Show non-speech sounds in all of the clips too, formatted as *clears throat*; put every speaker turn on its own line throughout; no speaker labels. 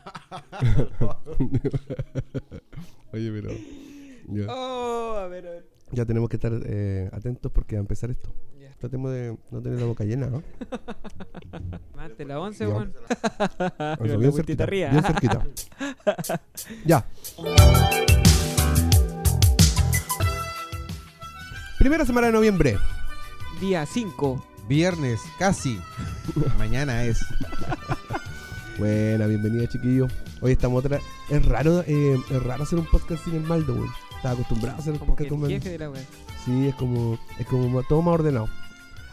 *laughs* Oye, pero. Ya.
Oh, a ver, a ver.
Ya tenemos que estar eh, atentos porque va a empezar esto.
Ya.
Tratemos de no tener la boca llena, ¿no?
Mate la 11,
Ya.
weón.
Eso,
*laughs* la
bien
vueltita
cerquita.
arriba.
Bien
*laughs*
cerquita. ya. Primera semana de noviembre.
Día 5.
Viernes,
*laughs*
casi. Mañana es.
Buena, bienvenida, chiquillos. Hoy estamos otra. Es raro, eh, es raro hacer un podcast sin el Maldo, güey. Estaba acostumbrado a hacer un
Como
podcast
que el
con Maldo.
jefe de la weón.
Sí, es como, es como ma- todo más ordenado.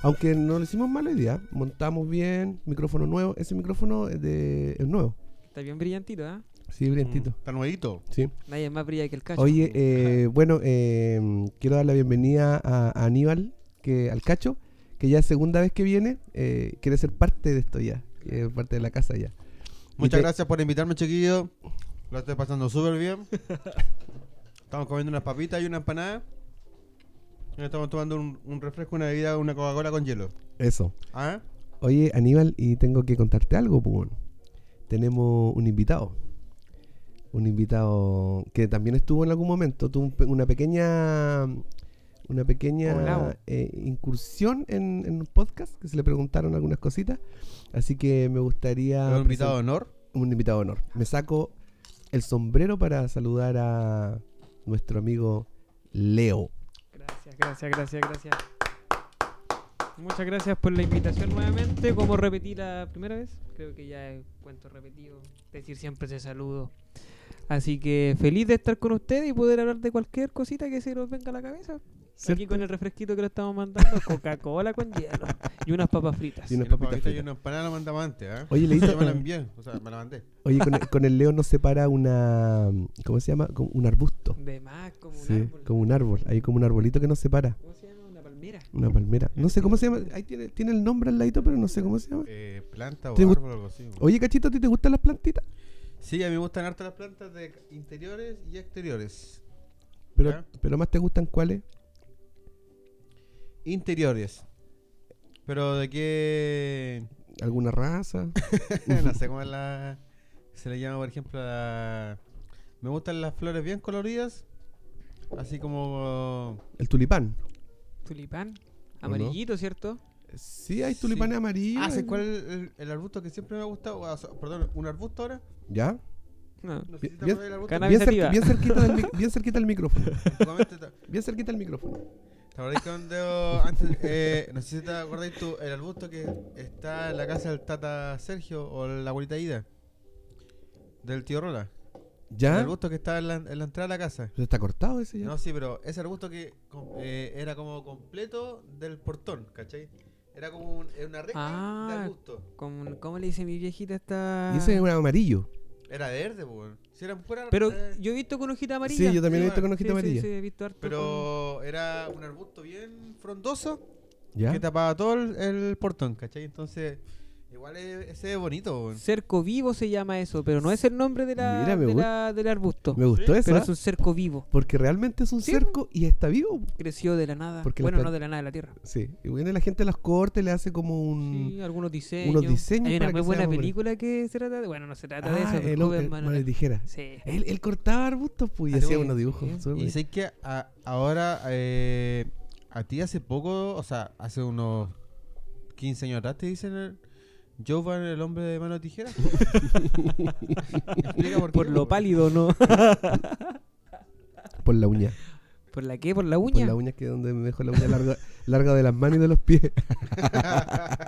Aunque no lo hicimos mal hoy día, montamos bien, micrófono nuevo. Ese micrófono es, de, es nuevo.
Está bien brillantito, ¿ah?
Mm.
Sí, brillantito.
Está nuevito.
Sí.
Nadie es más brilla que el cacho.
Oye, eh, bueno, eh, quiero dar la bienvenida a, a Aníbal, que, al Cacho, que ya es segunda vez que viene, eh, quiere ser parte de esto ya, eh, parte de la casa ya.
Muchas
te-
gracias por invitarme, chiquillo. Lo estoy pasando
*laughs*
súper bien. Estamos comiendo unas papitas y una empanada. Y Estamos tomando un, un refresco, una bebida, una Coca-Cola con hielo.
Eso.
¿Ah?
Oye, Aníbal, y tengo que contarte algo, pues. Tenemos un invitado. Un invitado que también estuvo en algún momento. Tuvo un pe- una pequeña. Una
Colabo.
pequeña eh, incursión en, en un podcast que se le preguntaron algunas cositas. Así que me gustaría.
un invitado de honor.
presen- Un invitado de honor. Me saco el sombrero para saludar a nuestro amigo Leo.
Gracias, gracias, gracias, gracias. Muchas gracias por la invitación nuevamente. Como repetí la primera vez, creo que ya es cuento repetido. Decir siempre ese saludo. Así que feliz de estar con ustedes y poder hablar de cualquier cosita que se nos venga a la cabeza. Aquí con el refresquito que lo estamos mandando, Coca-Cola con hielo y unas papas fritas.
Y unas
Y las
papitas
papitas y
fritas.
una empanada la mandamos antes, ¿ah?
Oye, Leito-
Se me la envié, o sea, me la mandé.
Oye, con el, con el Leo nos separa una. ¿Cómo se llama? Como Un arbusto.
De más, como un
Sí,
árbol.
como un árbol. Hay como un arbolito que nos separa.
¿Cómo se llama? Una palmera.
Una palmera. No sé cómo se llama. Ahí tiene, tiene el nombre al ladito, pero no sé cómo se llama.
Eh, planta o
¿Te gust-
árbol o algo así. güey.
Oye, cachito, ¿a ti te gustan las plantitas?
Sí, a mí me gustan harto las plantas de interiores y exteriores.
Pero,
Ya.
pero más te gustan cuáles.
Interiores. Pero de qué...
¿Alguna raza?
*laughs* no
*laughs*
sé cómo es la. Se le llama, por ejemplo, la. Me gustan las flores bien coloridas. Así como.
El tulipán.
Tulipán.
no?
Amarillito, ¿cierto?
Sí, eh. hay
Sí.
tulipanes amarillos.
Ah, ¿sabes cuál es el, el arbusto que siempre me ha gustado? Ah, so- perdón, un arbusto ahora.
¿Ya?
No.
No sé si te
Bien-
acordás del *laughs* arbusto.
Cannabis
Bien, cerqui-
sativa.
bien cerquita del
*laughs*
mic- bien cerquita del micrófono.
Antiguamente, ¿Te
Bien cerquita del micrófono.
te acordás que cuando antes, eh, no sé si te acordás tú, el arbusto que está en la casa del Tata Sergio o la abuelita Ida? Del tío Rola. El
¿Ya?
arbusto que está en la, en la entrada de la casa.
Pero está cortado ese ya.
No, sí, pero ese arbusto que com- eh, era como completo del portón, ¿cachai? Era como un- era una recta de
Ah.
arbusto.
Con- ¿Cómo le dice mi viejita esta...?
Y ese es un amarillo.
Era verde, weón. Sí, era pura-
Pero
eh,
yo he visto con hojita amarilla.
Sí, yo también he
Sí,
visto con
bueno.
hojita
Sí,
amarilla.
Sí, sí, he visto harto.
pero era un arbusto bien frondoso
¿Ya?
que tapaba todo el, el portón, ¿cachai? Entonces, igual e- ese es bonito,
con-
weón.
Cerco vivo se llama eso, pero no es el nombre de la,
Mira, me
de
gu-
la- del arbusto.
Me gustó eso.
Pero
¿ah?
es un cerco vivo.
Porque realmente es un
Sí,
cerco y está vivo.
Creció de la nada.
Porque las
bueno,
pla-
no de la nada, de la tierra.
Sí. Y viene la gente a las cortes, le hace como un.
Sí, algunos diseños.
Mm. diseños
Hay
para
una
que sea
muy buena
hombre.
película que se trata de... Bueno, no se trata
Ah,
de eso.
el
pero
hombre,
Huberman-
mano de tijera.
Sí.
Él, él cortaba arbustos pues, y
Ah,
hacía
sí,
unos dibujos.
sí.
súper
Y
bonitos.
sé que a- ahora, eh, a ti hace poco, o sea, hace unos 15 años atrás, te dicen el, Jovan, el hombre de mano de
*laughs*
tijera. Explica por qué,
Por lo
weón.
pálido, ¿no?
Por la uña.
¿Por la qué? ¿Por la
Por
uña?
la uña que es donde me dejo la uña larga, larga de las manos y de los pies. *laughs*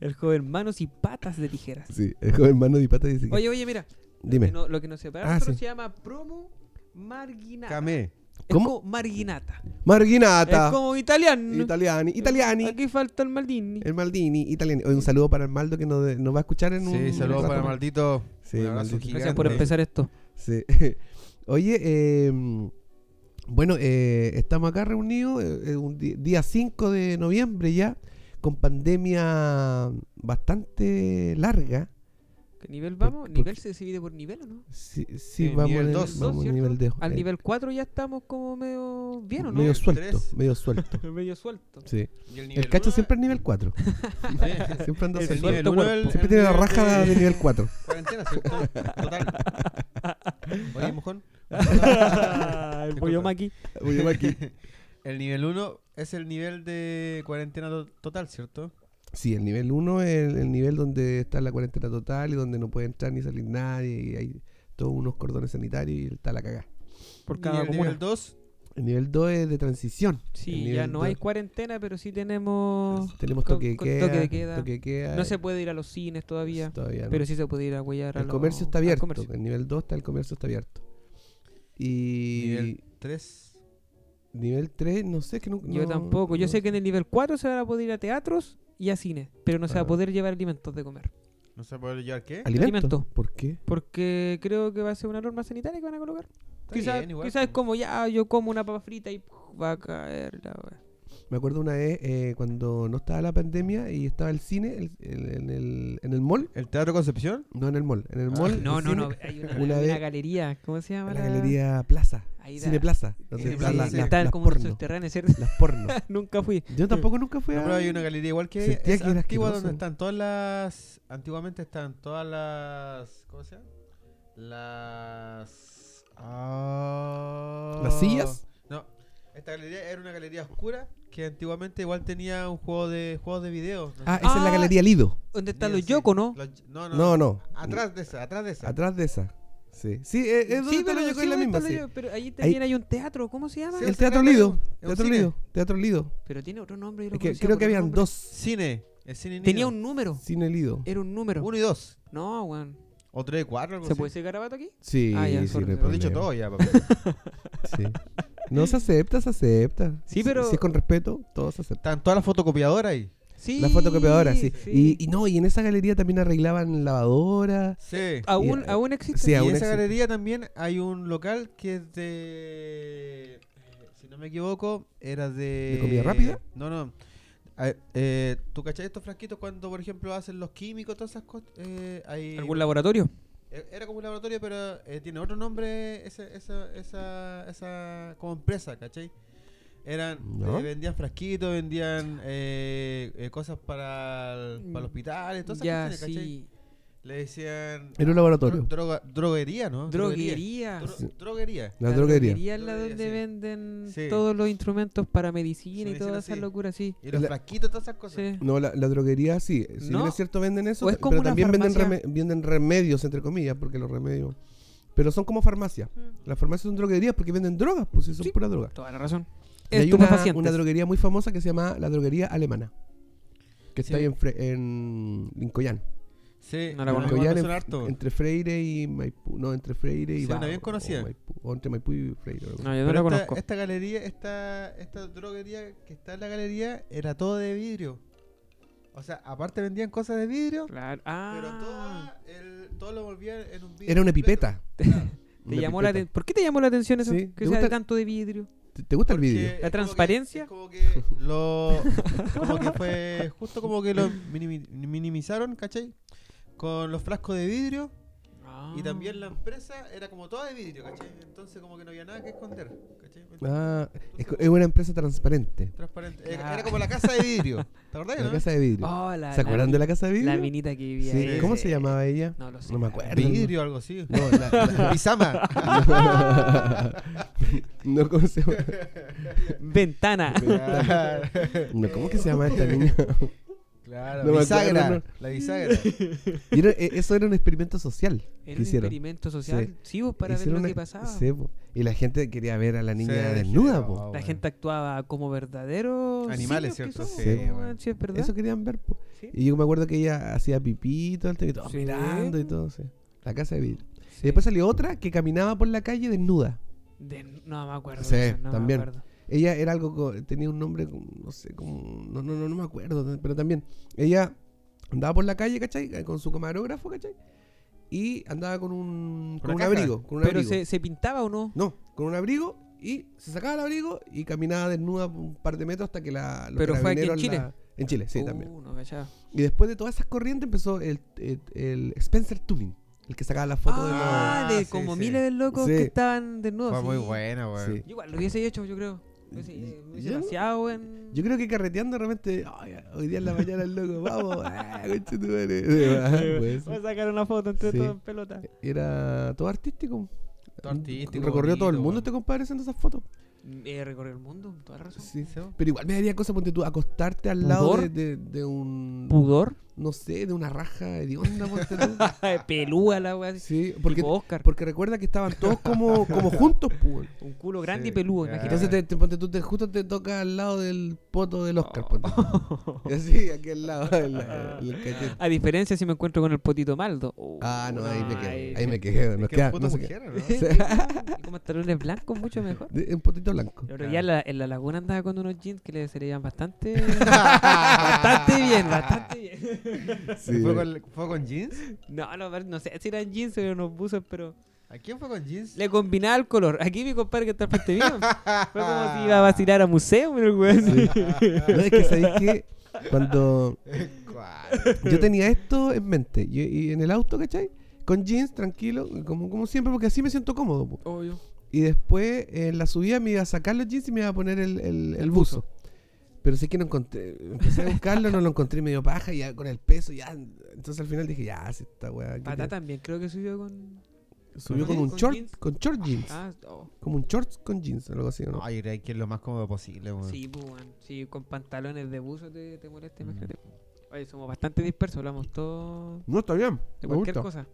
El joven manos y patas de tijeras.
Sí, el joven mano de pata dice que-
Oye, oye, mira.
Dime.
que no- lo que nos separa a
Ah,
nosotros
sí.
se llama promo marginata.
Camé.
Es
¿Cómo?
como marginata.
Marginata.
Es como italiano.
Italiani. Italiani.
Aquí falta el Maldini.
El Maldini. Italiani. Oye, un saludo para el Maldo que nos, de- nos va a escuchar en un.
Sí, saludos
rato
para
más.
Maldito.
Sí,
Un abrazo
Maldito.
Gracias
gigante.
por empezar esto.
Sí. *laughs* Oye, eh, bueno, eh, estamos acá reunidos, eh, eh, un di- día 5 de noviembre ya, con pandemia bastante larga,
¿Qué nivel vamos?
por-
¿Nivel se divide por nivel o no?
Sí, sí,
Eh,
vamos,
nivel
en el-
dos,
vamos
¿cierto?
en nivel de,
Al
eh,
nivel 4 ya estamos como medio bien o
medio
no? *laughs*
Nivel
suelto,
tres.
medio suelto.
medio suelto. *laughs*
sí.
Y el, *laughs* nivel
El cacho
uno-
siempre es nivel 4.
*laughs* Sí.
Siempre anda
El
suelto.
nivel
Suelto
uno
cuerpo.
el-
Siempre
el
tiene la
nivel
raja de nivel 4.
Cuarentena, ¿cierto? Total. Oye, mojón.
el pollo
Disculpa.
maqui.
El nivel 1 es el nivel de cuarentena to- total, ¿cierto?
Sí, el nivel 1 es el, el nivel donde está la cuarentena total y donde no puede entrar ni salir nadie y hay todos unos cordones sanitarios y está la cagada.
Por
y
cada
el
comuna.
nivel 2,
El nivel 2 es de transición. El
Sí,
nivel
ya no hay
dos.
cuarentena, pero sí tenemos...
Tenemos
Con-
toque de
con
queda.
toque de queda.
toque de queda,
No se puede ir a los cines todavía,
todavía no.
pero sí se puede ir a huellar a
El
lo-
comercio está
al
abierto.
comercio.
El nivel 2 está el comercio está abierto. Y
nivel 3.
nivel 3, no sé, es que no,
Yo
no-
tampoco. Yo
no
sé que en el nivel 4 se van a poder ir a teatros y a cines, pero no se va
Ah.
a poder llevar alimentos de comer.
No se puede llevar qué.
¿Alimento?
alimento.
¿Por qué?
Porque creo que va a ser una norma sanitaria que van a colocar.
Está
Quizás
bien, igual,
quizás es
po.
como ya yo como una papa frita y puf, va a caer la wea.
*laughs* Me acuerdo una vez eh, cuando no estaba la pandemia y estaba el cine el- el- en, el, en el mall.
¿El Teatro Concepción?
No en el mall, en el
Ah.
mall.
No,
el
no,
cine,
no. Hay una,
una
hay
vez-
una galería. ¿Cómo se llama?
En la galería Plaza.
Ahí da-
Cine Plaza. Donde
Cine
están
Plaza,
las-
sí.
las-
Está
las
como un
porno.
subterráneo, ¿cierto? *laughs*
Las porno.
Nunca fui.
Yo tampoco nunca fui
No,
a...
pero hay una galería igual que
Sentía
es
que era
antigua
asqueroso.
donde están todas las... Antiguamente están todas las... ¿Cómo se llama? Las... Ah.
¿Las sillas?
No. Esta galería era una galería oscura que antiguamente igual tenía un juego de juegos de video. No
Ah,
sé.
esa es la
Ah.
galería Lido.
¿Dónde están
Digo,
los
sí.
yocos, no?
Los- no, no,
No, no.
Atrás de esa, atrás de esa.
Atrás de esa. Sí. Sí, eh, eh, ¿dónde está
pero
la Yoko? Es la
¿dónde
misma,
están los
sí.
yocos? Pero ahí también hay un teatro, ¿cómo se llama?
Sí,
El
es
Teatro
un cine.
Lido.
Es un
Teatro
cine.
Lido. Teatro Lido.
Pero tiene otro nombre. yo lo
Es que
conocía
creo
por
que
otro
habían
nombre.
dos.
Cine. El cine
Tenía
nido.
un número.
Cine Lido.
Era un número.
Uno y dos.
No, weón.
O tres y cuatro. Algo
¿Se
así.
puede decir garabato aquí?
Sí,
Ah, ya,
sí,
sorry,
no hay
sorry.
Lo he dicho
problema.
todo ya, papá.
Sí. No se acepta, se acepta.
Sí,
Si-
pero-
Si, es con respeto, todo se acepta.
Están todas las fotocopiadoras ahí.
Sí.
La fotocopiadora, sí.
sí.
Y, y no, y en esa galería también arreglaban lavadoras.
Sí.
¿Aún,
y-
aún existe?
sí,
y
aún
en esa
existe.
galería también hay un local que es de. eh, Si no me equivoco, era de.
¿De comida rápida?
No, no. A- eh, ¿Tú cachai estos frasquitos cuando, por ejemplo, hacen los químicos, todas esas cosas? Eh, hay-
¿Algún laboratorio?
Eh, Era como un laboratorio, pero eh, tiene otro nombre ese- esa, esa, esa como empresa, ¿cachai? Eran,
¿Ya?
eh, vendían frasquitos, vendían eh, eh, cosas para el, para el hospital, todas esas
Mm. Ya,
cuestiones, ¿cachai?
sí.
Le decían...
Era un laboratorio.
dro- droga- droguería, ¿no?
Droguería.
Dro-
Sí.
droguería.
La, droguería.
droguería es la
Droguería,
donde
sí.
venden
Sí.
todos los instrumentos para medicina y
Medicina,
todas esas
sí.
locuras, sí.
Y los
La-
frasquitos, todas esas cosas.
Sí.
No, la, la droguería sí. Si
No.
bien es cierto, venden eso.
O es como
pero
una
también venden,
farmacia.
reme- venden remedios, entre comillas, porque los remedios. Pero son como farmacias. Las farmacias son droguerías porque venden drogas, pues sí, son
Sí.
pura droga.
Toda la razón.
Y hay una,
Estupefacientes.
una droguería muy famosa que se llama la droguería alemana. Que está
Sí.
ahí en, Fre- en Lincoln.
Sí,
No la
me
conozco.
Lincoln,
suena
en-
harto.
entre Freire y Maipú. No, entre Freire y
Sí, una
Bau,
bien conocida.
O, Maipú- o entre Maipú y Freire. algo así.
No, yo no la
Pero esta,
conozco.
esta galería, esta, esta droguería que está en la galería, era todo de vidrio. O sea, aparte vendían cosas de vidrio,
Claro.
pero
Ah.
todo, el- todo lo volvían en un vidrio.
Era una
completo.
pipeta.
Claro,
Una
*laughs* ¿Te llamó la
pipeta.
aten- ¿Por qué te llamó la atención eso?
Sí, ¿te
Que sea
gusta-
de tanto de vidrio.
¿Te, te gusta el
porque
vídeo?
es
¿La
como que-
transparencia?
es Como que,
*laughs*
lo. Como que fue. Justo como que lo minimi- minimizaron, ¿cachai? Con los frascos de vidrio.
Ah.
Y también la empresa era como toda de vidrio, ¿cachai? Entonces, como que no había nada que esconder, ¿cachai?
Ah, es, co- es una empresa transparente.
Transparente. Era-
Claro.
Era como la casa de vidrio. ¿Te acordás,
La
no?
casa de vidrio.
Oh, la,
¿Se acuerdan de la casa de vidrio?
La minita que vivía
Sí.
ahí.
¿Cómo se
Sí.
llamaba ella?
No lo sé.
No me acuerdo.
Vidrio o algo así.
No, la-
*laughs*
la-
Pisama.
*laughs* no, ¿cómo se llama?
Ventana.
*laughs* claro.
No, ¿Cómo que se llama esta niña? No me
bisagra.
acuerdo,
La bisagra.
Y era- e- eso era un experimento social que
Era un
hicieron.
experimento social. Sí, vos, para ver
Hicieron
lo que
una-
pasaba.
sí, po. y la gente quería ver a *laughs* la niña
Sí,
desnuda,
sí,
po.
oh,
La
bueno.
gente actuaba como verdaderos
Animales,
simios que
¿cierto?
somos,
Sí,
weón,
weón.
sí, es verdad.
Eso querían ver, po.
Sí.
Y yo me acuerdo que ella hacía pipí y todo el tema, y todos
Sí.
mirando y todo, sí. La casa de vidrio.
Sí.
Y después salió otra que caminaba por la calle desnuda.
De- no me acuerdo.
Sí,
de eso, no me
también.
acuerdo.
Ella era algo, co- tenía un nombre, como- no sé, como, no, no, no, no me acuerdo, pero también, ella andaba por la calle, ¿cachai? Eh, Con su camarógrafo, ¿cachai? Y andaba con un, con
Una
un
caja.
abrigo, con un
Pero
abrigo.
se, se pintaba o no.
No, con un abrigo y se sacaba el abrigo y caminaba desnuda un par de metros hasta que la, los
Pero fue aquí en
carabineros
Chile.
la- En Chile, sí, también.
Uh, no, cachaba.
Y después de todas esas corrientes empezó el, el, el Spencer Tuning, el que sacaba las fotos
Ah,
los-
de
Ah, sí,
como
sí.
miles de locos
Sí.
que estaban desnudos.
Fue muy
sí.
buena,
de los.
weón.
Sí.
Yo igual lo hubiese hecho, yo creo. Lo hubiese, eh, me hubiese
Yo-
paseado en.
Yo creo que carreteando de repente, "Ay, hoy día en la mañana el loco, vamos, ah, conche tu madre".
*laughs*
Sí, va, *laughs* puede
Voy a
ser.
sacar una foto entre
Sí.
todos en pelota.
Era todo artístico.
Todo artístico,
Recorrió todo el
bonito,
mundo
weón.
este compadre haciendo esas fotos.
Eh, recorrer el mundo, toda la razón.
Sí.
Sí, weón.
Pero igual me daría cosa ponte tú acostarte al lado
¿Pudor?
de, de- de un
*laughs*
Pudor. *laughs*
no sé, de una raja hedionda ponte tú.
Pelúa la weá. así.
Sí, porque
Tipo Oscar.
porque recuerda que estaban todos como como juntos, pues.
Un culo grande
Sí,
y peludo,
ya.
imagínate.
Entonces te, te- ponte tú te, justo te toca al lado del poto del Oscar, ponte
*laughs*
tú. Y así aquí al lado el,
Ah.
el cachete.
A diferencia si me encuentro con el potito maldo. Oh,
Ah, no, ahí me
ay.
quedo. Ahí me quedo, nos
Es que era
queda,
puto
no sé qué.
mujer, ¿o ¿no?
*laughs* Y con pantalones blancos mucho mejor.
De- Un potito blanco.
El otro día en la, en la laguna andaba con unos jeans que le se le
*laughs*
iban bastante. bastante bien, bastante bien. *laughs*
Sí.
*laughs* ¿Fue, con, ¿Fue con jeans?
No, no, pero no sé si eran jeans o eran unos buzos, pero.
¿A quién fue con jeans?
Le combinaba el color. Aquí mi compadre que está al frente mío. Fue como si iba a vacilar a museo, pero el weón.
Sí. *laughs* No, es que sabéis que cuando
*laughs* ¿Cuál?
yo tenía esto en mente, yo- y en el auto, ¿cachai? Con jeans, tranquilo, como, como siempre, porque así me siento cómodo. po.
Obvio.
Y después en la subida me iba a sacar los jeans y me iba a poner el, el- el buzo. Pero sé que no encontré, empecé a buscarlo, no lo encontré medio paja, y ya con el peso, ya. Entonces al final dije, ya, si esta weá. ¿qué
Patá también, creo que subió con.
tiene? Subió
con
con un
jeans, con
short,
jeans.
con short jeans.
Ah, oh.
Como un short con jeans, algo así, ¿o ¿no?
Ay, hay que es lo más cómodo posible, weón.
Sí, pues, weón. Sí, con pantalones de buzo te, te molesta,
Mm.
imagínate. Oye, somos bastante dispersos, hablamos todo
No, está bien.
de
me
cualquier
gusta.
cosa.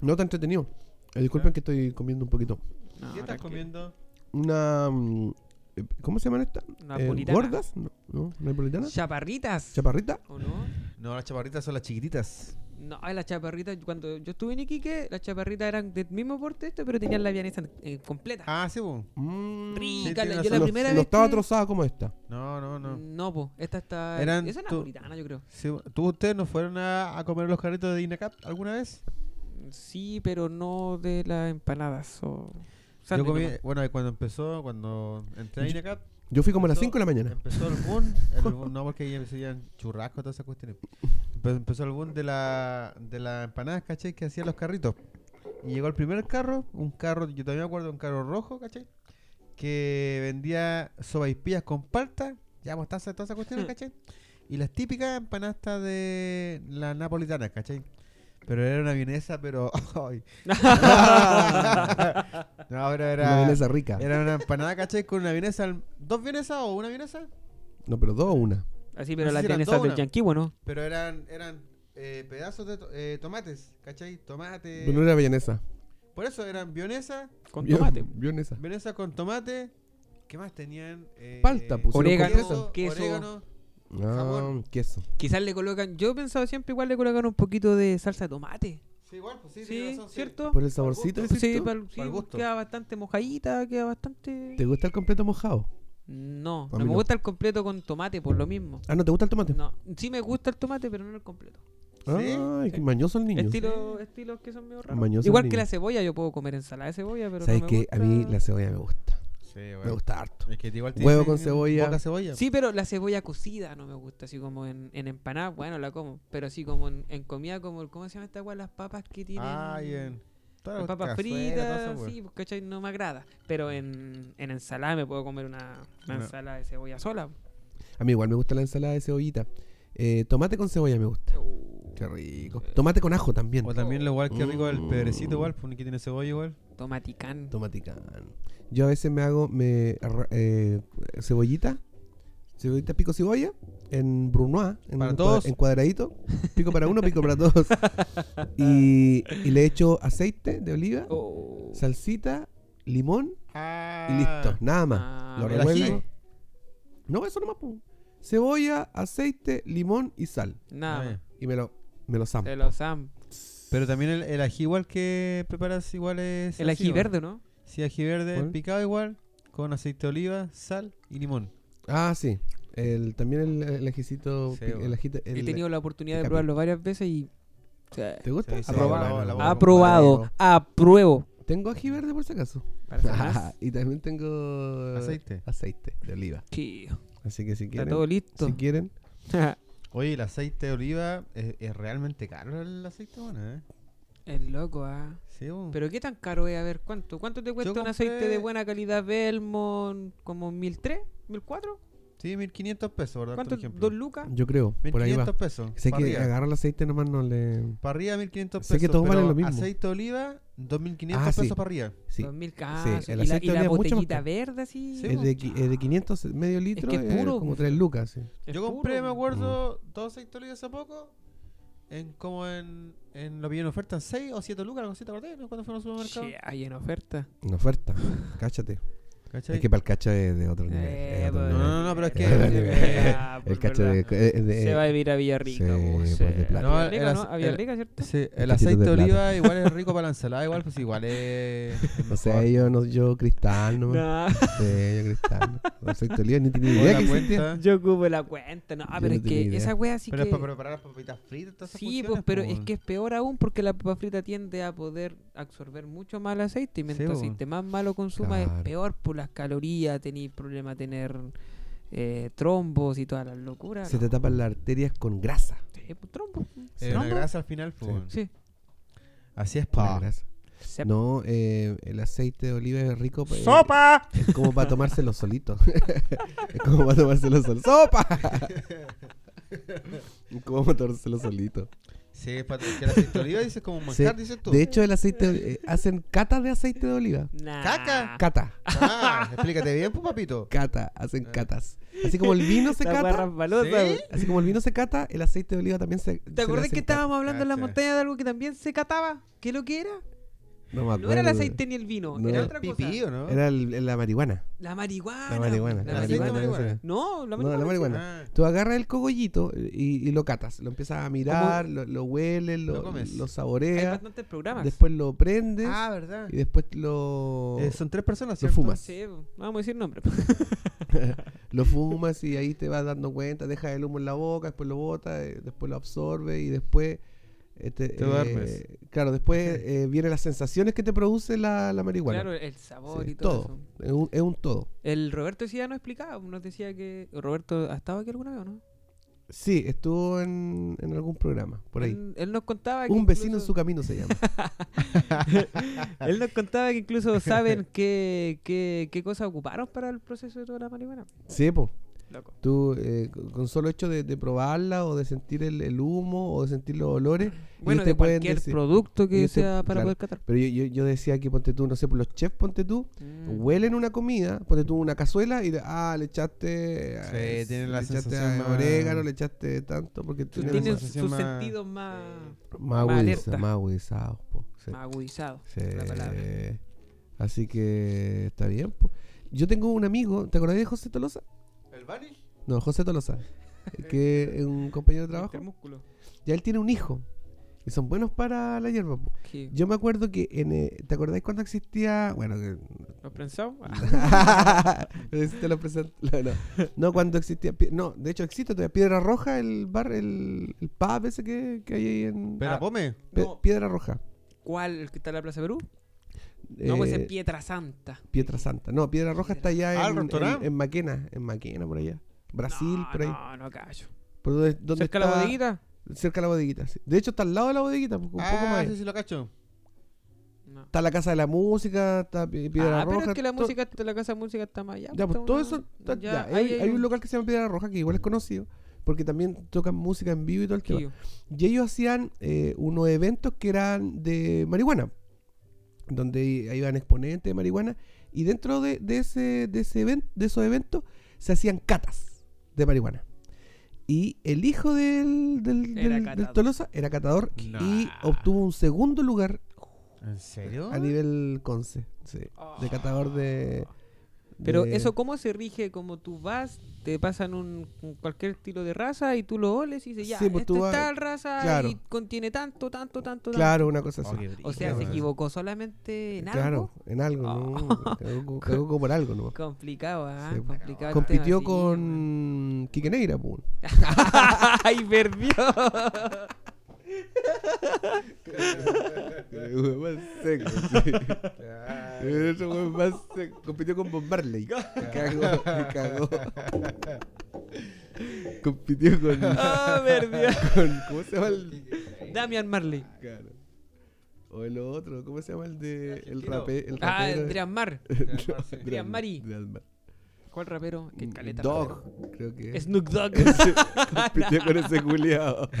No está entretenido. Eh, disculpen que estoy comiendo un poquito.
No,
¿Qué estás
tranquilo.
comiendo?
Una. mm, eh, ¿Cómo se llaman estas? Eh,
Napolitana.
¿Gordas? No, no, napolitanas.
Chaparritas.
¿Chaparrita?
¿O no?
No, las chaparritas son las chiquititas.
No, ay, las chaparritas, cuando yo estuve en Iquique, las chaparritas eran del mismo porte este, pero tenían la vianesa eh, completa.
Ah, sí, weón.
Mm,
Rica,
sí,
la- yo la
tiene razón.
no,
primera
no
vez
estaba
que-
trozada como esta.
No, no, no.
No, pues, esta está...
Eran
Esa es
tu-
napolitana, yo creo.
Mm. Sí, weón. ¿Tú, ustedes no fueron a, a comer los carritos de Inacap alguna vez?
Sí, pero no de las empanadas o...
Yo
sándwich
comí,
nomás.
bueno, cuando empezó, cuando entré a
Yo-
Inacap,
Yo fui como a las
Empezó-
5 de la mañana.
Empezó el boom, el boom- no porque ya serían churrascos, todas esas cuestiones. Pero empezó el boom de la de las empanadas, ¿cachai? Que hacían los carritos. Y llegó el primer carro, un carro, yo todavía me acuerdo, un carro rojo, ¿cachai? Que vendía sobaipillas con palta, ya mostaza, todas esas cuestiones,
Hmm.
¿cachai? Y las típicas empanastas de las napolitanas, ¿cachai? Pero era una vienesa, pero... *laughs* ay.
*laughs*
no, pero
Una
era...
vienesa rica.
Era una empanada, ¿cachai? Con una vienesa, al- dos vienesas o una vienesa,
No, pero dos o una.
Así, pero
no sé
las
si eran
vienesas del
donas.
yanqui, bueno.
pero eran eran eh, pedazos de to- eh, tomates, ¿cachai? Tomate.
Pero no era vienesa.
Por eso eran vienesa,
Eh, Con
Vio-
tomate.
Vienesa.
vienesa con tomate. ¿Qué más tenían? Eh,
Palta, pusieron
Orégano,
con
queso. queso.
orégano.
Ah,
Jamón.
queso.
Quizás le colocan... Yo he pensado siempre igual le colocan un poquito de salsa de tomate.
Sí, igual, pues sí,
Sí,
tiene razón, sí.
¿cierto?
Por el saborcito,
gusto.
decís
Sí,
tú?
pa'l- sí,
Pa'l gusto.
queda bastante mojadita, queda bastante...
¿Te gusta el completo mojado?
No,
A
no
mí
me
no.
gusta el completo con tomate, por lo mismo.
Ah, ¿no te gusta el tomate? Ah,
No, sí me gusta el tomate, pero no el completo.
Sí.
Ay, qué mañoso el niño.
Estilo, estilos que son medio raros.
Mañoso
Igual
el
que
niño.
la cebolla, yo puedo comer ensalada de cebolla, pero
¿Sabes
no me
qué?
gusta.
A mí la cebolla me gusta.
Sí,
Me
bueno.
gusta harto.
Es que igual
Huevo con
tienen
cebolla.
Poca cebolla.
Sí, pero la cebolla cocida no me gusta, así como en, en empanada, bueno, la como, pero así como en, en comida como el- ¿cómo se llama esta weá? Las papas que tienen
Ah, bien. Todas
Las
las
papas
cazuelas, todas esas
fritas,
weas.
sí, pues, ¿cachai? No me agrada. Pero en, en ensalada me puedo comer una, una
No.
ensalada de cebolla sola.
A mí igual me gusta la ensalada de cebollita. Eh, tomate con cebolla me gusta. Qué rico. Tomate con ajo también.
O también lo igual que rico el
Mm.
pedrecito igual, porque tiene cebolla igual.
Tomaticán.
Tomaticán. Yo a veces me hago me, arra- eh, cebollita, cebollita pico cebolla, en Brunois, en,
Para
un cua-
todos.
en cuadradito, pico para uno, pico para
*laughs*
todos. Y, y le echo aceite de oliva,
Oh.
salsita, limón
Ah.
y listo, nada más.
Ah,
lo
el ají.
revuelvo. No, eso nomás. po. Cebolla, aceite, limón y sal.
Nada.
Ah,
más.
ya.
Y me lo, me lo zampo.
De los Sam.
Pero también el, el ají igual que preparas igual es...
El
así,
ají
¿o no?
verde, ¿no?
Sí, ají verde
¿Cuál?
picado igual, con aceite de oliva, sal y limón.
Ah, sí. El, también el, el ajicito.
Sí,
pi-
bueno.
el ajito- el-
He tenido la oportunidad
el
de
capi-
probarlo varias veces y. o sea,
¿Te gusta?
Sí, sí,
Aprobado.
la- la- la-
aprobado. Apruebo.
Tengo ají verde por si acaso.
Para
*laughs*
hacer más.
y también tengo
Aceite.
aceite de oliva.
Sí,
Así que si
Está
quieren,
todo listo. *laughs*
si quieren,
Oye, el aceite de oliva es, es realmente caro el aceite, bueno, ¿eh?
es loco, ah.
Sí, bueno.
Pero qué tan caro es, a ver, ¿cuánto? ¿Cuánto te cuesta un aceite
compré-
de buena calidad Belmont? ¿Como 1003? ¿1004?
Sí, 1500 pesos, por darte
¿Cuánto?
un ejemplo.
¿Dos lucas?
Yo creo, por ahí va.
1500 pesos.
Sé
para
que
arriba.
agarra el aceite nomás no le...
Para arriba 1500 pesos.
Sé que todos
pero
valen lo mismo.
Aceite de oliva, 2500
Ah, sí.
pesos para arriba.
Sí.
2000
Sí,
casos.
el
y la,
aceite
y la
olía mucho más
botellita
caro.
verde así.
Sí,
es, de, qui- es de 500, medio litro,
que es
eh,
puro,
como
pues.
3 lucas. sí.
Es
Yo
puro,
compré, me
weón.
acuerdo, dos aceites de oliva hace poco. En como en, en lo que en oferta, en 6 o 7 lucas, algo así, ¿te acordás? Cuando fuimos al supermercado.
Che, hay en oferta.
Una oferta, cáchate.
¿Cachai?
Es que para el cacha es de otro nivel.
Eh,
es otro
pues,
No,
nivel.
no, no, pero es que-
Es otro
*laughs*
eh,
nivel.
eh,
el
por
cacha de,
verdad.
eh, de-
Se va a vivir a Villarrica.
Sí,
po,
pues,
sí.
de plata.
No,
No,
Villarrica,
el
¿no?
ace-
A Villarrica, ¿cierto?
*laughs* Sí, el
Cachito
aceite
de
de oliva
plata.
igual *laughs* es rico para la ensalada, igual pues igual *laughs* es... es
No
mejor.
sé, yo, no, yo cristal, no me
No,
*laughs*
sé, yo cristal. No aceite de oliva, ni tenía
Pongo
idea
la
que existía.
cuenta.
yo ocupo la cuenta. No, ah,
Yo
pero
no
es que
tenía idea.
esa wea sí
Pero es
que.
para preparar las papitas fritas, todas esas
Sí, pues,
cuestiones,
pero
po,
es
weón.
que es peor aún porque la papa frita tiende a poder absorber mucho más el aceite y mientras
po.
aceite más malo consumas
Claro.
es peor por las calorías, tenéis problema de tener eh, trombos y todas las locuras.
Se te
no.
tapan las arterias con grasa.
Sí, pues, trombos.
Es una
¿Trombos?
grasa al final, po,
Sí.
weón.
Sí.
Así es,
La
pa.
grasa.
Se-
No, eh, el aceite de oliva es rico.
Pues,
pa- eh, Es como para tomárselo solito. *laughs* es como para tomárselo solito. ¡Sopa! *laughs* Es como para tomárselo solito.
Sí, es para que el aceite de oliva dices como un
Sí.
manjar, dices tú.
De hecho, el aceite. eh, hacen catas de aceite de oliva.
Nah.
Caca.
Cata.
Ah, explícate bien, pues, *laughs* papito.
Cata. Hacen catas. Así como el vino se
La wea
cata.
resbalosa,
¿Sí?
weón.
Así como el vino se cata, el aceite de oliva también se. se le
¿Te acordás
hacen
que
cata.
estábamos hablando en la
Cacha.
montaña de algo que también se cataba? ¿Qué lo que era?
No me acuerdo.
No era el aceite ni el vino,
No.
era
El
otra cosa.
Pipí, ¿o no?
Era el- la marihuana.
La marihuana.
La marihuana.
Ah, La
El aceite de
marihuana.
marihuana.
ese.
No,
No,
la marihuana.
la
sí.
marihuana.
Ah,
Tú agarras el cogollito y, y lo catas, lo empiezas a mirar, lo, lo hueles,
Lo
lo,
comes.
lo
Hay
saboreas,
bastantes programas.
después lo prendes
Ah, ¿verdad?
y después lo,
Eh, son tres personas,
lo
¿cierto?
fumas.
Sí, no vamos a decir nombre.
*laughs* lo fumas y ahí te vas dando cuenta, dejas el humo en la boca, después lo botas, eh, después lo absorbes y después... eh,
Te duermes.
Claro,
*laughs*
después eh, vienen las sensaciones que te produce la, la marihuana.
Claro, el sabor
Sí,
y todo,
todo.
eso.
Es, un, es un todo.
El Roberto decía no explicaba, nos decía que Roberto ha estado aquí alguna vez, ¿o ¿no?
Sí, estuvo en, en algún programa, por ahí.
Él, él nos contaba que
Un vecino en
incluso-
su camino se llama.
*laughs* Él nos contaba
*laughs*
que incluso saben qué, qué, qué cosas ocuparon para el proceso de toda la marihuana.
sí, po.
Loco.
Tú, eh, con- con solo hecho de, de probarla o de sentir el, el humo o de sentir los
*clears throat*
olores. ellos
Bueno,
te
de
pueden
cualquier
decir-
producto que
ellos te-
sea para
claro.
poder catar.
Pero yo, yo, yo decía que ponte tú, no sé, por los chefs, ponte tú,
Mm.
huelen una comida, ponte tú una cazuela y de- ah, le echaste.
Sí,
eh,
tienen
le
la
echaste
sensación
a
más-
orégano, le echaste tanto, porque
Tú
tienen
una
tienes
sensación
sus
más-
eh,
sentidos más,
más,
más
más
alerta.
agudizado, más agudizados, po. Sí.
más agudizados.
Sí.
es la palabra.
Así que está bien, po. Yo tengo un amigo, ¿te acordás de José Tolosa?
¿El Bani?
No, José Tolosa, que es un
Este
compañero de trabajo.
Intermúsculo.
Ya él tiene un hijo. Y son buenos para la hierba. po.
Sí.
Yo me acuerdo que en... eh, ¿Te acordáis cuando existía...? Bueno,
*laughs*
que... *laughs*
¿Lo pensamos?
Te lo presento- no, no. No, cuando existía... pi- No, de hecho existe todavía Piedra Roja, el bar, el, el pub ese que, que hay ahí en...
¿Pero
Ah.
come?
Pe-
no.
Piedra Roja.
¿Cuál? ¿El que está en la Plaza Perú? No, pues
Eh,
es Pietra Santa.
Piedra Santa. No, Piedra Roja está allá
Ah,
en,
el
en,
restaurante.
en Maquena, en Maquena por allá. Brasil,
no,
por ahí.
No, no callo.
Por donde, donde
¿Cerca
está-
la bodeguita?
Cerca de la bodeguita, sí. De hecho, está al lado de la bodeguita, pues, un poco
Ah,
más.
sí, sí, lo cacho.
No.
Está la Casa de la Música, está Pi- Piedra
ah,
Roja.
pero es que la
to-
música, está- la casa de música está más allá.
Ya,
pues,
pues
está
todo
una-
eso. está-
ya,
ya,
ahí
hay, hay un
un
local que se llama Piedra Roja que igual es conocido porque también tocan música en vivo y todo el tema.
loquillo.
Y ellos hacían eh, unos eventos que eran de marihuana, donde i- iban exponentes de marihuana y dentro de, de ese, de, ese event- de esos eventos se hacían catas de marihuana. Y el hijo del, del,
Era
del- del
catador.
Tolosa era catador y
Nah.
obtuvo un segundo lugar
¿En serio? Oh,
a nivel Conce, sí, de catador de...
Pero
de-
eso, ¿cómo se rige? Como tú vas, te pasan un, un cualquier estilo de raza y tú lo oles y dices, ya,
Sí, pues,
esto
tú
es
vas-
tal raza
claro.
y contiene tanto, tanto, tanto,
Claro, una cosa así.
Oh, qué brillo,
tanto. O sea, se
weón.
equivocó solamente en
Claro,
algo. Oh.
en algo, ¿no?
*laughs*
Cagó, cagó por algo, ¿no?
Complicado, ¿ah?
Sí, pues.
Complicado. el
Compitió
tema, sí, weón.
con Quique Neira, pues.
*laughs*
*laughs*
¡Ay, perdió! *laughs*
El hueón más seco, *laughs* sí.
Ah,
El otro hueón más *laughs* seco. Compitió con Bob Marley. Cagó, cagó. compitió con,
Ah, verdad.
con- ¿Cómo se llama el.?
Damian Marley.
Claro. O el otro, ¿cómo se llama el de. El,
Argentino.
rape, el
Ah,
rapero? *laughs*
Adrián Mar.
*laughs*
Gran-
Mari.
Gran Mar.
¿Cuál rapero? Qué caleta.
Dog, *laughs* creo que
rapero.
es.
Snoop Dogg.
Ese- compitió con ese culiao. *laughs*
*laughs*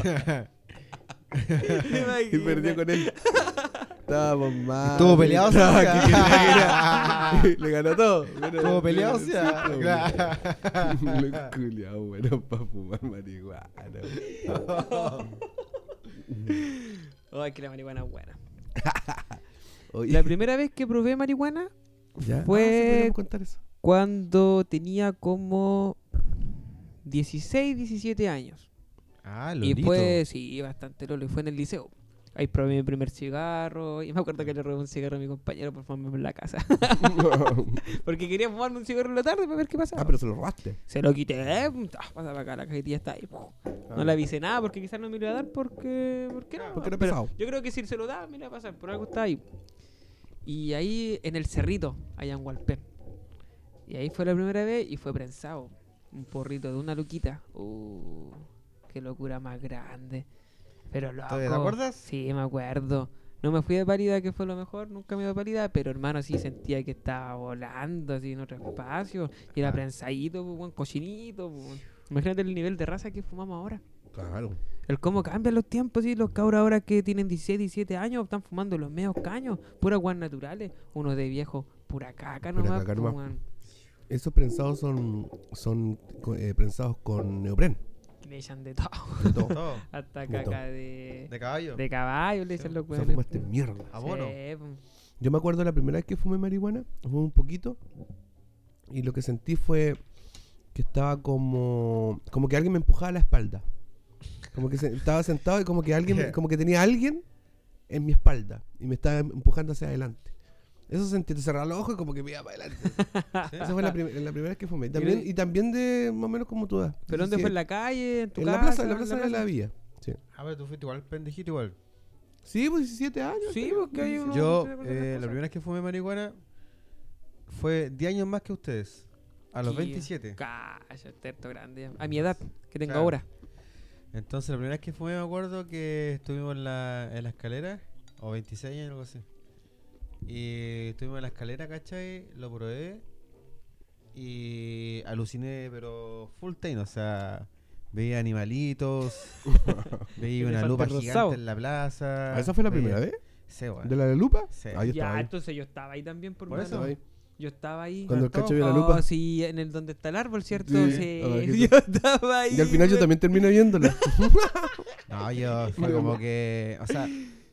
Y
Imagina.
perdió con él. Estábamos mal.
Estuvo peleado, o sea.
Estaba aquí, que era- Le ganó todo. Bueno,
Estuvo peleado, pues, o
sí,
sea.
estuvo *laughs*
Claro.
peleado. Los culiados, bueno, para fumar marihuana.
Ay, que la marihuana
*laughs*
es buena.
Oye,
La primera vez que probé marihuana
¿ya?
fue-
Ah, sí, podríamos contar eso.
cuando tenía como 16, 17 años.
Ah,
Y pues, fue, sí, bastante lolo. Y fue en el liceo. Ahí probé mi primer cigarro. Y me acuerdo que le robé un cigarro a mi compañero por fumarme en la casa. *laughs* Porque quería fumarme un cigarro en la tarde para ver qué
*laughs*
pasaba.
ah, pero se lo robaste.
Se lo quité. ah, Pasaba acá, la cajetilla está ahí. No le avisé nada porque quizás no me lo iba a dar porque. ¿Por qué no?
Porque era
Pero
pesado.
yo creo que si se lo daba, me lo iba a pasar. Por algo está ahí. Y ahí en el cerrito, allá en Hualpén. Y ahí fue la primera vez y fue prensado. Un porrito de una luquita. Uh, qué locura más grande. Pero loco.
¿Te acuerdas?
Sí, me acuerdo. No me fui de pálida, que fue lo mejor, nunca me dio pálida, pero hermano, sí sentía que estaba volando así en otro espacio. Y era prensadito, pues, weón, cochinito. pues, weón. Imagínate el nivel de raza que fumamos ahora.
Claro.
El cómo cambian los tiempos, y los cabros ahora que tienen 16, 17 años están fumando los medios caños, puras guas naturales, unos de viejo, pura caca
Pura
nomás.
caca
po,
nomás.
weón.
Esos prensados son, son co- eh, prensados con *laughs* neopren.
Que Le echan de todo, *laughs*
De todo.
Todo.
hasta
De
caca
todo.
de,
De caballo.
eh, de caballo, le
Sí.
echan los
O sea,
hueones.
fumaste este mierda.
Abono.
Sí, po.
Yo me acuerdo la primera vez que fumé marihuana, fumé un poquito y lo que sentí fue que estaba como como que alguien me empujaba la espalda. Como que se- estaba sentado y como que
*laughs*
alguien como que tenía alguien en mi espalda y me estaba empujando hacia adelante. Eso sentí, te cerraba los ojos y como que me iba para adelante.
Ah,
Sí.
Esa fue
*laughs*
la, prim- la primera vez que fumé. También,
Creo-
y también de más o menos como tú das.
¿Pero dónde fue? ¿En la calle? ¿En tu
En
casa?
la plaza, en la plaza de la villa. Sí.
Ah, pero tú fuiste igual pendejito igual.
Sí, pues 17 años.
Sí,
creo.
porque hay uno-
Yo,
no, no, no,
eh,
no, no.
la primera vez que fumé marihuana fue 10 años más que ustedes. A los
Sí.
27.
Calla, terto grande. ya. A mi edad, que tengo
Claro.
ahora.
Entonces, la primera vez que fumé, me acuerdo que estuvimos en la, en la escalera, o 26 años, algo así. Y estuvimos en la escalera, ¿cachai? Lo probé. Y aluciné, pero full time, o sea,
*laughs*
veía animalitos, veía una
Elefante
lupa
rosado.
gigante en la plaza.
Ah, ¿Esa fue la
veía-
primera vez?
Sí, weón.
¿De la de Lupa?
Sí.
Ah, yo estaba
Ya,
ahí.
entonces yo estaba ahí también por,
Por
mano.
eso.
Estaba ahí.
Yo estaba ahí.
Cuando el
Estaba-
cacho vio la
Oh,
lupa.
sí, en el donde está el árbol, ¿cierto?
Sí.
Sí.
Ah, que
*laughs* yo estaba ahí.
Y al final yo
weón.
también terminé
*laughs*
viéndola.
No, yo fue como que, o sea,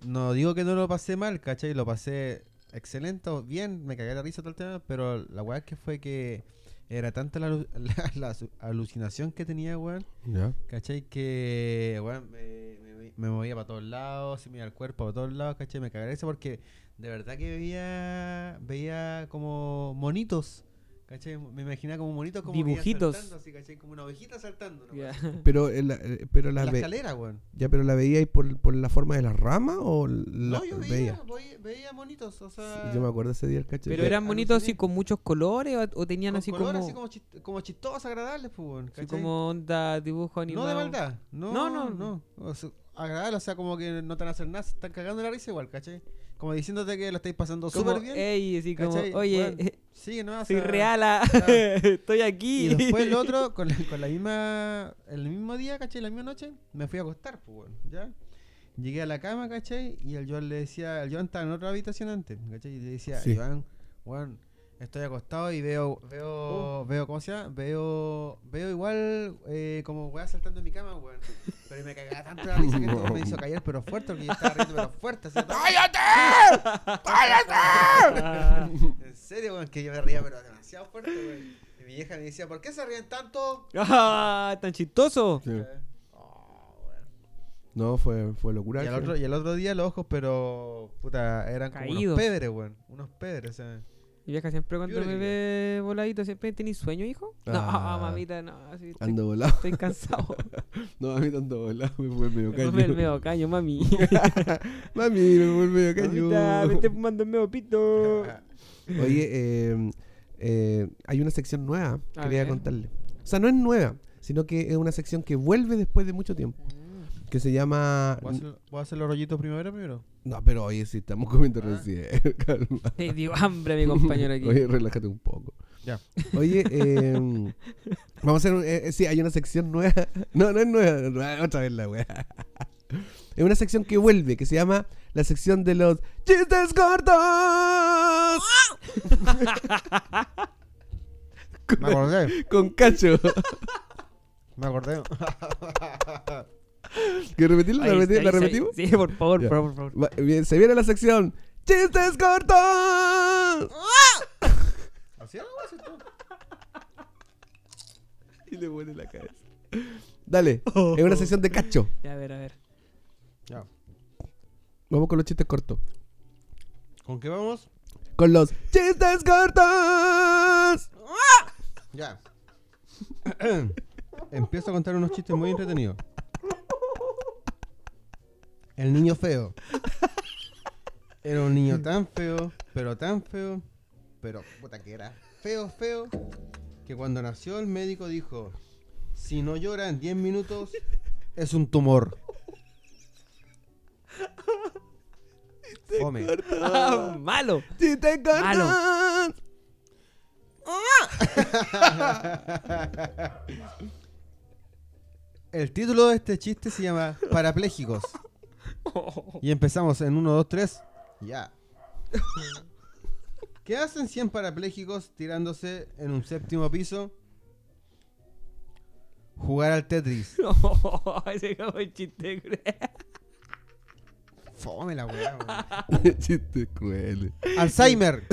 no digo que no lo pasé mal, ¿cachai? Lo pasé excelente, o bien, me cagué la risa todo el tema, pero la weá que fue que era tanta la, alu- *laughs* la- la su- alucinación que tenía, weón,
Ya.
¿cachai? Que, weón, me, me- me movía para todos lados, se me iba el cuerpo para todos lados, ¿cachai? Me cagué la risa porque de verdad que veía, veía como monitos. ¿Cachai? Me imaginaba como monitos como que iban
Dibujitos.
saltando así, ¿cachai? Como una ovejita saltando. ¿no?
Ya.
Pero, eh, la, eh, pero la,
La
ve-
escalera, weón.
ya, pero la veía ahí por, por la forma de las ramas o la
no, yo veía,
veía.
veía, veía monitos, o sea...
Sí, Yo me acuerdo ese día el cacho.
Pero
Yo-
eran bonitos así
aluciné.
con muchos colores o, o tenían
Ah, con
así,
color,
como,
así como, chist- como chistosos, agradables, pues, weón,
así
¿cachai?
como onda dibujo animado.
No de maldad, no,
No,
no,
no.
no. O sea, agradable, o sea, como que no te van a hacer nada, se están cagando la risa igual, ¿cachai? Como diciéndote que lo estáis pasando
Como,
súper bien.
ey, así como,
¿cachai?
oye, eh,
Weón, sí, no,
*laughs*
O
soy
sea,
real, ah,
claro.
*laughs* estoy aquí.
Y después el otro, con la, con la misma, el mismo día, ¿cachai? La misma noche, me fui a acostar, pues, weón, ¿ya? Llegué a la cama, ¿cachai? Y el Joan le decía, el Joan estaba en otra habitación antes, ¿cachai? Y le decía,
Sí.
Joan, weón, estoy acostado y veo, veo, veo, ¿cómo se llama? Veo, veo igual eh, como weá saltando en mi cama, weón. Pero me cagaba tanto la risa que esto me hizo callar, pero fuerte, porque yo estaba riendo, pero fuerte. así, todo- en serio, weón, que yo me ría, pero demasiado fuerte, weón. Y mi vieja me decía, ¿por qué se ríen tanto?
ah, tan chistoso.
Sí.
Oh, weón.
No, fue, fue locura.
Y al,
sí.
otro, y al otro día los ojos, pero puta, eran como
Caídos.
unos pedres, weón. Unos pedres, o sea.
Mi vieja siempre cuando
Yo le
me ve voladito, siempre, ¿tenís sueño, hijo? No,
Ah.
*laughs* mamita, no, así estoy,
Ando volado. *laughs*
estoy cansado.
No, a mí tanto volado. Me fue medio
Me fue el
caño.
medio caño, mami.
*laughs* Mami, me fue medio
Mamita, me estoy
caño.
fumando el medio
*laughs*
pito.
Oye, em, eh, eh, hay una sección nueva que
A
quería
ver.
contarle. O sea, no es nueva, sino que es una sección que vuelve después de mucho tiempo, que se llama...
¿Voy a, hacer, voy a hacer los rollitos primero primero?
No, pero oye, si estamos *laughs* comiendo
Ah.
recién, calma.
Te dio hambre mi compañero aquí.
Oye, relájate un poco.
Ya.
Oye, eh, vamos a hacer... un- eh, eh, sí, hay una sección nueva. *laughs* No, no es nueva, otra vez la wea. Es una sección que vuelve, que se llama la sección de los chistes cortos
Me acordé,
con Cacho. *laughs*
me acordé.
¿Que repetirla? ¿La,
Oye,
repeti-
ahí
la
se-
repetimos?
Sí, por favor,
Ya.
por favor, por favor.
Va- bien, se viene la sección ¡Chistes cortos!
*laughs* ¿Así algo así tú?
Y le pone la cabeza. Dale, es una sección de cacho.
Ya, a ver, a ver.
Ya.
Vamos con los chistes cortos.
¿Con qué vamos?
Con los chistes cortos.
Ya. *coughs* Empiezo a contar unos chistes muy entretenidos. El niño feo. Era un niño tan feo, pero tan feo, pero puta que era feo, feo, que cuando nació el médico dijo, si no llora en 10 minutos, es un tumor. Fome.
Ah,
*laughs*
*laughs* malo.
Chistes cortos.
*laughs* El título de este chiste se llama Parapléjicos. Y empezamos en 1, 2, 3. Ya. ¿Qué hacen 100 parapléjicos tirándose en un séptimo piso? Jugar al Tetris.
Ese como el chiste cruel.
Fome la weá, weón.
*laughs* Chistes crueles.
Alzheimer.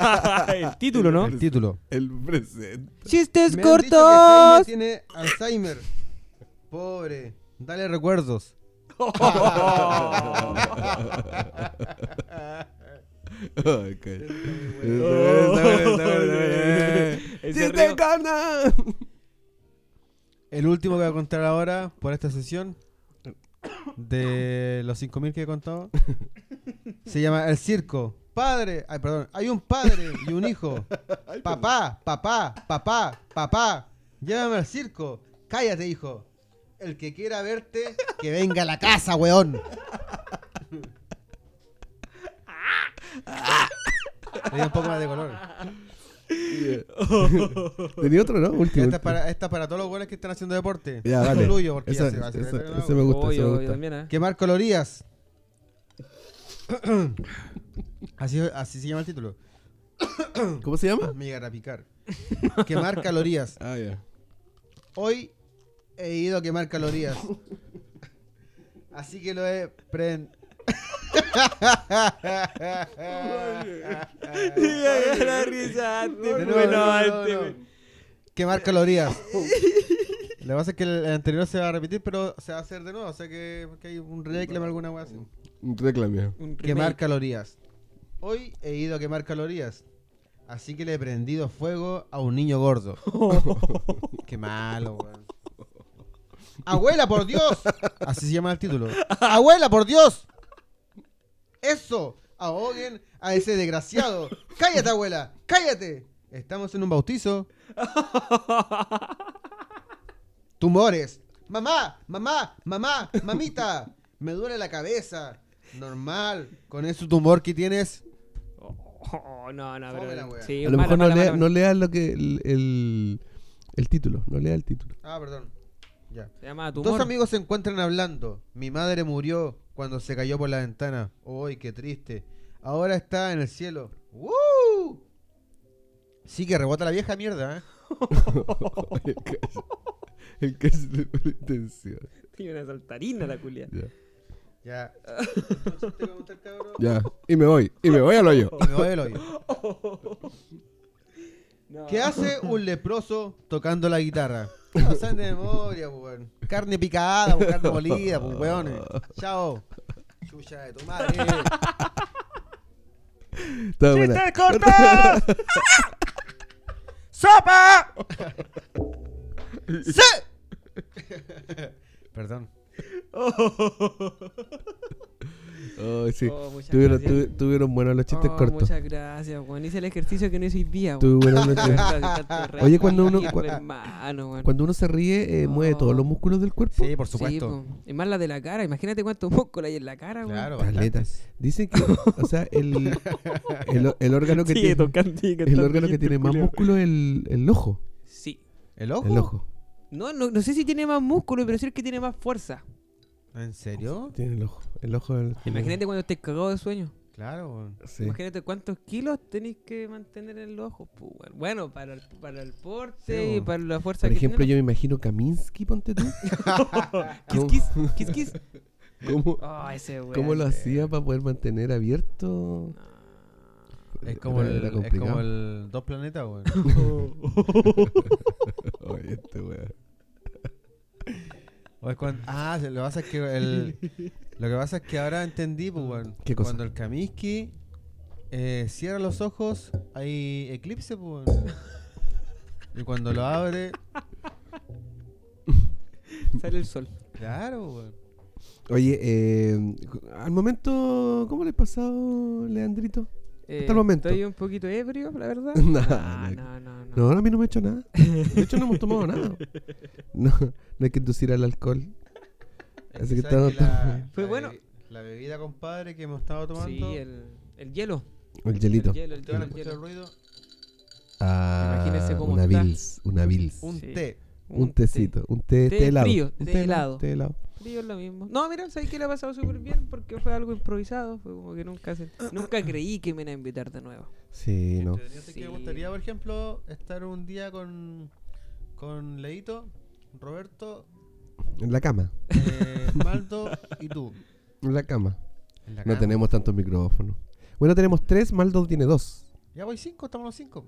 *laughs* el título, ¿no?
El título.
El *laughs* presente.
Chistes
Me han dicho que Jaime
cortos.
tiene Alzheimer. Pobre. Dale recuerdos.
Ay, cacho. Está bueno, está bueno, está *laughs* bueno.
Ese
¡Chistes
río.
cortos!
El último que voy a contar ahora por esta sesión de los 5.000 que he contado se llama El Circo. Padre, ay, perdón, hay un padre y un
*laughs*
hijo. Papá, papá, papá, papá, llévame al circo. Cállate, hijo. El que quiera verte, que venga a la casa,
*laughs*
weón. Le di un poco más de color.
*laughs* Tenía otro, ¿no? Último. último.
Esta es Este para, esta es para todos los weones que están haciendo deporte.
Ya, vale.
Incluyo, porque ya
Esa-
se va a hacer
esa-
carrera,
ese *laughs*
¿no?
me gusta,
Oh,
ese me
yo, yo
gusta.
también, ¿eh?
Quemar calorías. *coughs* así, así se llama el título.
¿Cómo se llama?
Me llegará a picar. Quemar calorías.
Ah, ya.
Hoy he ido a quemar calorías. Así que lo he pre... *laughs*
Ay, la risa,
No,
antes,
no,
bueno,
no, no,
antes,
no.
güey.
*laughs* Quemar calorías. Lo que pasa es que el anterior se va a repetir, pero se va a hacer de nuevo. O sea que, que hay un reclamo alguna wea así.
Reclame.
Un
Quemar
remake.
calorías. Hoy he ido a quemar calorías. Así que le he prendido fuego a un niño gordo. Qué malo, weón. ¡Abuela, por Dios! Así se llama el título. ¡Abuela, por Dios! ¡Eso! ¡Ahoguen a ese desgraciado! ¡Cállate, abuela! ¡Cállate! Estamos en un bautizo. Tumores. Mamá, mamá, mamá, mamita. Me duele la cabeza. Normal. Con ese tumor que tienes.
*laughs* Oh, no, no,
Fome la
pero.
wea.
Sí,
A lo
mala,
mejor no
mala,
lea,
mala,
no lea lo que el, el, el título, no lea el *laughs* título.
Ah, perdón. Ya.
Se llama
Dos
tumor.
amigos se encuentran hablando. Mi madre murió cuando se cayó por la ventana. Uy, qué triste. Ahora está en el cielo. ¡Woo! Sí que rebota la vieja mierda, ¿eh?
el caso, el caso de la intención.
Tiene una saltarina la culia.
Ya.
Ya.
ya. Y me voy, y me voy al hoyo.
Y me voy al hoyo.
No.
¿Qué hace un leproso tocando la guitarra? No saben de memoria, pues, weón. Carne picada, pues, carne molida, pues, weones. Chao. Chucha de tu madre.
Está buena.
cortos! ¡Sopa! *laughs* ¡Sí! Perdón.
Oh, sí.
Oh, muchas
tuvieron,
gracias.
tu- tuvieron buenos los chistes
Oh,
cortos.
Muchas gracias, weón. Hice el ejercicio que no hice hoy día, weón.
Tuvieron buenos los
*laughs* De
chistes.
verdad, de tanto
Oye, cuando uno-
racismo,
cua-
hermano, weón.
Cuando uno se ríe, eh, mueve todos los músculos del cuerpo.
Sí, por
Oh. Sí, pues.
supuesto.
po. y más la de la cara. Imagínate *laughs* cuántos músculos hay en la cara, weón.
claro,
Caleta.
bastantes.
Dicen que, o sea, el, el, el órgano que
Sigue
tiene,
tocando, sigue
el
cantando,
órgano que
chiste,
tiene más
*laughs* culiao.
músculo es el, el ojo.
Sí.
¿El ojo?
El ojo.
No, no, no sé si tiene más músculo, pero sí es que tiene más fuerza.
¿En serio?
Tiene el ojo. El ojo del-
Imagínate cuando estés cagado de sueño.
Claro, weón.
Sí.
Imagínate cuántos kilos tenéis que mantener en los ojos. pues, weón. Bueno, para el, para el porte
Sí,
y
po.
para la fuerza
Por
que
ejemplo, yo me imagino Kaminsky, ponte tú.
tiene. *laughs* Kiss, kiss, kiss, kiss.
*laughs* ¿Cómo,
Oh, ese weón.
cómo lo hacía para poder mantener
*laughs*
abierto?
Es como,
Era-
el,
era
es como
complicado.
el dos planetas, weón.
Oye, este weón.
O es cuan- ah, se- lo que pasa es que
*laughs*
el, lo que pasa es que ahora entendí, pues, weón.
¿Qué cosa?
Cuando el Kaminsky eh, cierra los ojos, hay eclipse, pues, weón. Y cuando lo abre,
Sale el sol.
claro, pues, weón.
Oye, eh, al momento, ¿cómo le ha pasado, Leandrito?
Eh,
el momento.
Estoy un poquito ebrio, la verdad.
*laughs* No,
no, no, no.
No, a mí no me ha hecho nada. De hecho, no hemos tomado nada. No, no hay que inducir al alcohol.
Es
Así que
¿sabes
estamos-
Fue bueno.
bebi- La bebida, compadre, que hemos estado tomando.
Sí, el, el hielo.
El hielito.
El hielo, el
¿te
hielo,
van a
el
escuchar el
hielo.
ruido?
Ah,
Imagínese cómo
una
está.
Bills, una Bills. Un,
Un
Sí.
té.
té.
tecito, un té,
Té
té helado.
frío,
un
té helado.
té helado.
Frío es lo mismo. No, mira, ¿sabes qué le ha pasado súper bien? Porque fue algo improvisado. Fue como que nunca se- nunca creí que me iban a invitar de nuevo.
Sí, no.
Entretenido, así que me
Sí.
gustaría, por ejemplo, estar un día con, con Leito, Roberto,
En la cama, *laughs*
eh, Maldo y tú.
en la cama.
En la
No
cama.
tenemos tantos micrófonos. Bueno, tenemos tres, Maldo tiene dos.
Ya voy cinco, estamos los cinco.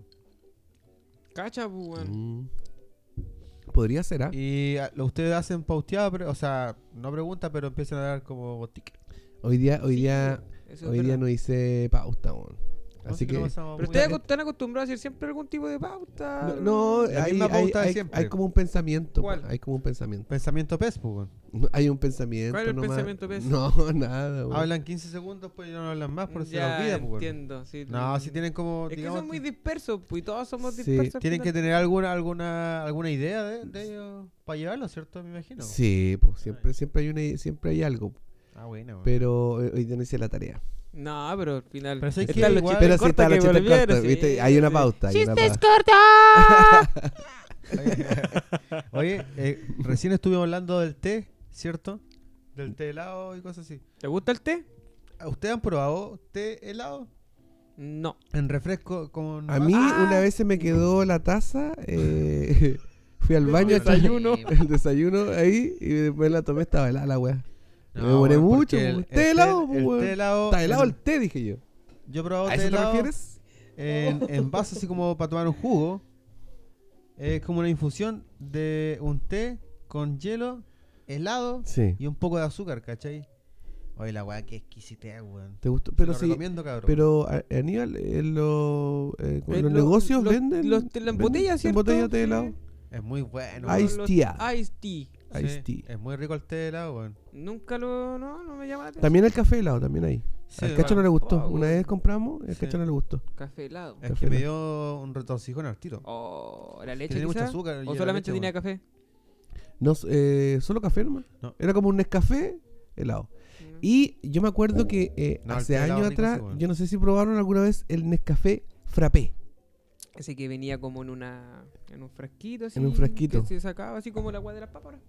Cacha, pues, weón.
Mm. Podría ser, ¿ah?
Y ah, lo- ustedes hacen pausteada, pero- o sea, no pregunta, pero empiezan a dar como tic.
Hoy día, hoy día,
Eso es
hoy día
verdad.
no hice pauta, weón. Así que...
Pero ustedes acos- están acostumbrados a hacer siempre algún tipo de pauta.
No, no,
La
hay,
misma
hay-
pauta de
hay-
siempre.
hay como un pensamiento.
¿Cuál?
weón, Hay como un pensamiento. *laughs*
Pensamiento pez, pues, weón.
No, Hay un pensamiento.
¿Cuál es el
nomás.
pensamiento, pez?
No, *laughs* nada, weón.
Hablan 15 segundos, pues ya no hablan más, por si
Ya,
la olvida, pues, weón.
entiendo. Sí,
No, si tienen como,
Es que
digamos,
son muy dispersos, pues, y todos somos
Sí,
dispersos. al
tienen que
final.
tener alguna alguna alguna idea de, de ellos para llevarlo, ¿cierto? Me imagino.
Sí, pues siempre, siempre hay una, siempre hay algo.
Ah, bueno, weón.
Pero eh, hoy día no hice la tarea.
No, pero al final.
Pero sé que
están los
igual-
chistes
Pero sí
cortos
está la
que
chiste
volvieron,
corta,
sí,
¿viste? Hay una
sí.
pauta. hay una pauta.
*laughs* Oye, eh, recién estuvimos hablando del té, ¿cierto? Del té helado y cosas así.
¿Te gusta el té?
¿A Ah, ¿Ustedes han probado té helado?
No.
En refresco con...
A mí
Ah.
una vez se me quedó la taza. eh, *laughs* fui al baño.
El
*laughs*
desayuno.
El desayuno ahí. Y después la tomé. Estaba helada la weá.
No,
me demoré
weón,
mucho.
porque el-
weón.
el
té helado, pues,
el
weón.
té helado.
Está helado
en-
el té, dije yo.
Yo he probado
¿A
té
eso te
Oh, helado
refieres?
en,
*laughs*
en vaso, así como para tomar un jugo. Es como una infusión de un té con hielo, helado
Sí.
y un poco de azúcar, ¿cachai? Oye, la weá, que exquisitez, weón.
¿Te gustó?
Se
Pero
lo
sí.
recomiendo, cabrón.
Pero, a- Aníbal, eh, lo- eh, con
Eh,
los
lo-
negocios
los-
venden.
los te- las
venden
botellas,
en
¿cierto?
botellas de
Sí.
helado.
Es muy bueno.
Ay,
weón.
Ice
Los
tea.
Ice tea.
Sí,
Iced tea.
Es muy rico el té de helado, weón.
Ah,
Nunca lo. No, no me llama la atención.
También el café helado, también hay.
Sí,
al cacho no le gustó.
Ah,
Una
bueno.
vez compramos, el
Sí.
cacho no le gustó.
Café helado.
Eh.
Es que me dio un retorcijón al tiro.
Oh,
*laughs*
O la
Que
leche.
tiene mucho
quizá,
azúcar. y
O
la
solamente
leche,
tenía
weón.
café.
No, eh, solo café nomás.
No.
Era como un Nescafé helado. Y yo me acuerdo que eh,
No, el
hace
té helado
años
rico,
atrás,
sí, bueno.
yo no sé si probaron alguna vez el Nescafé frappé.
Ese que venía como en una. En un frasquito así.
En un frasquito.
Que se sacaba así como el agua de las papas. ahora.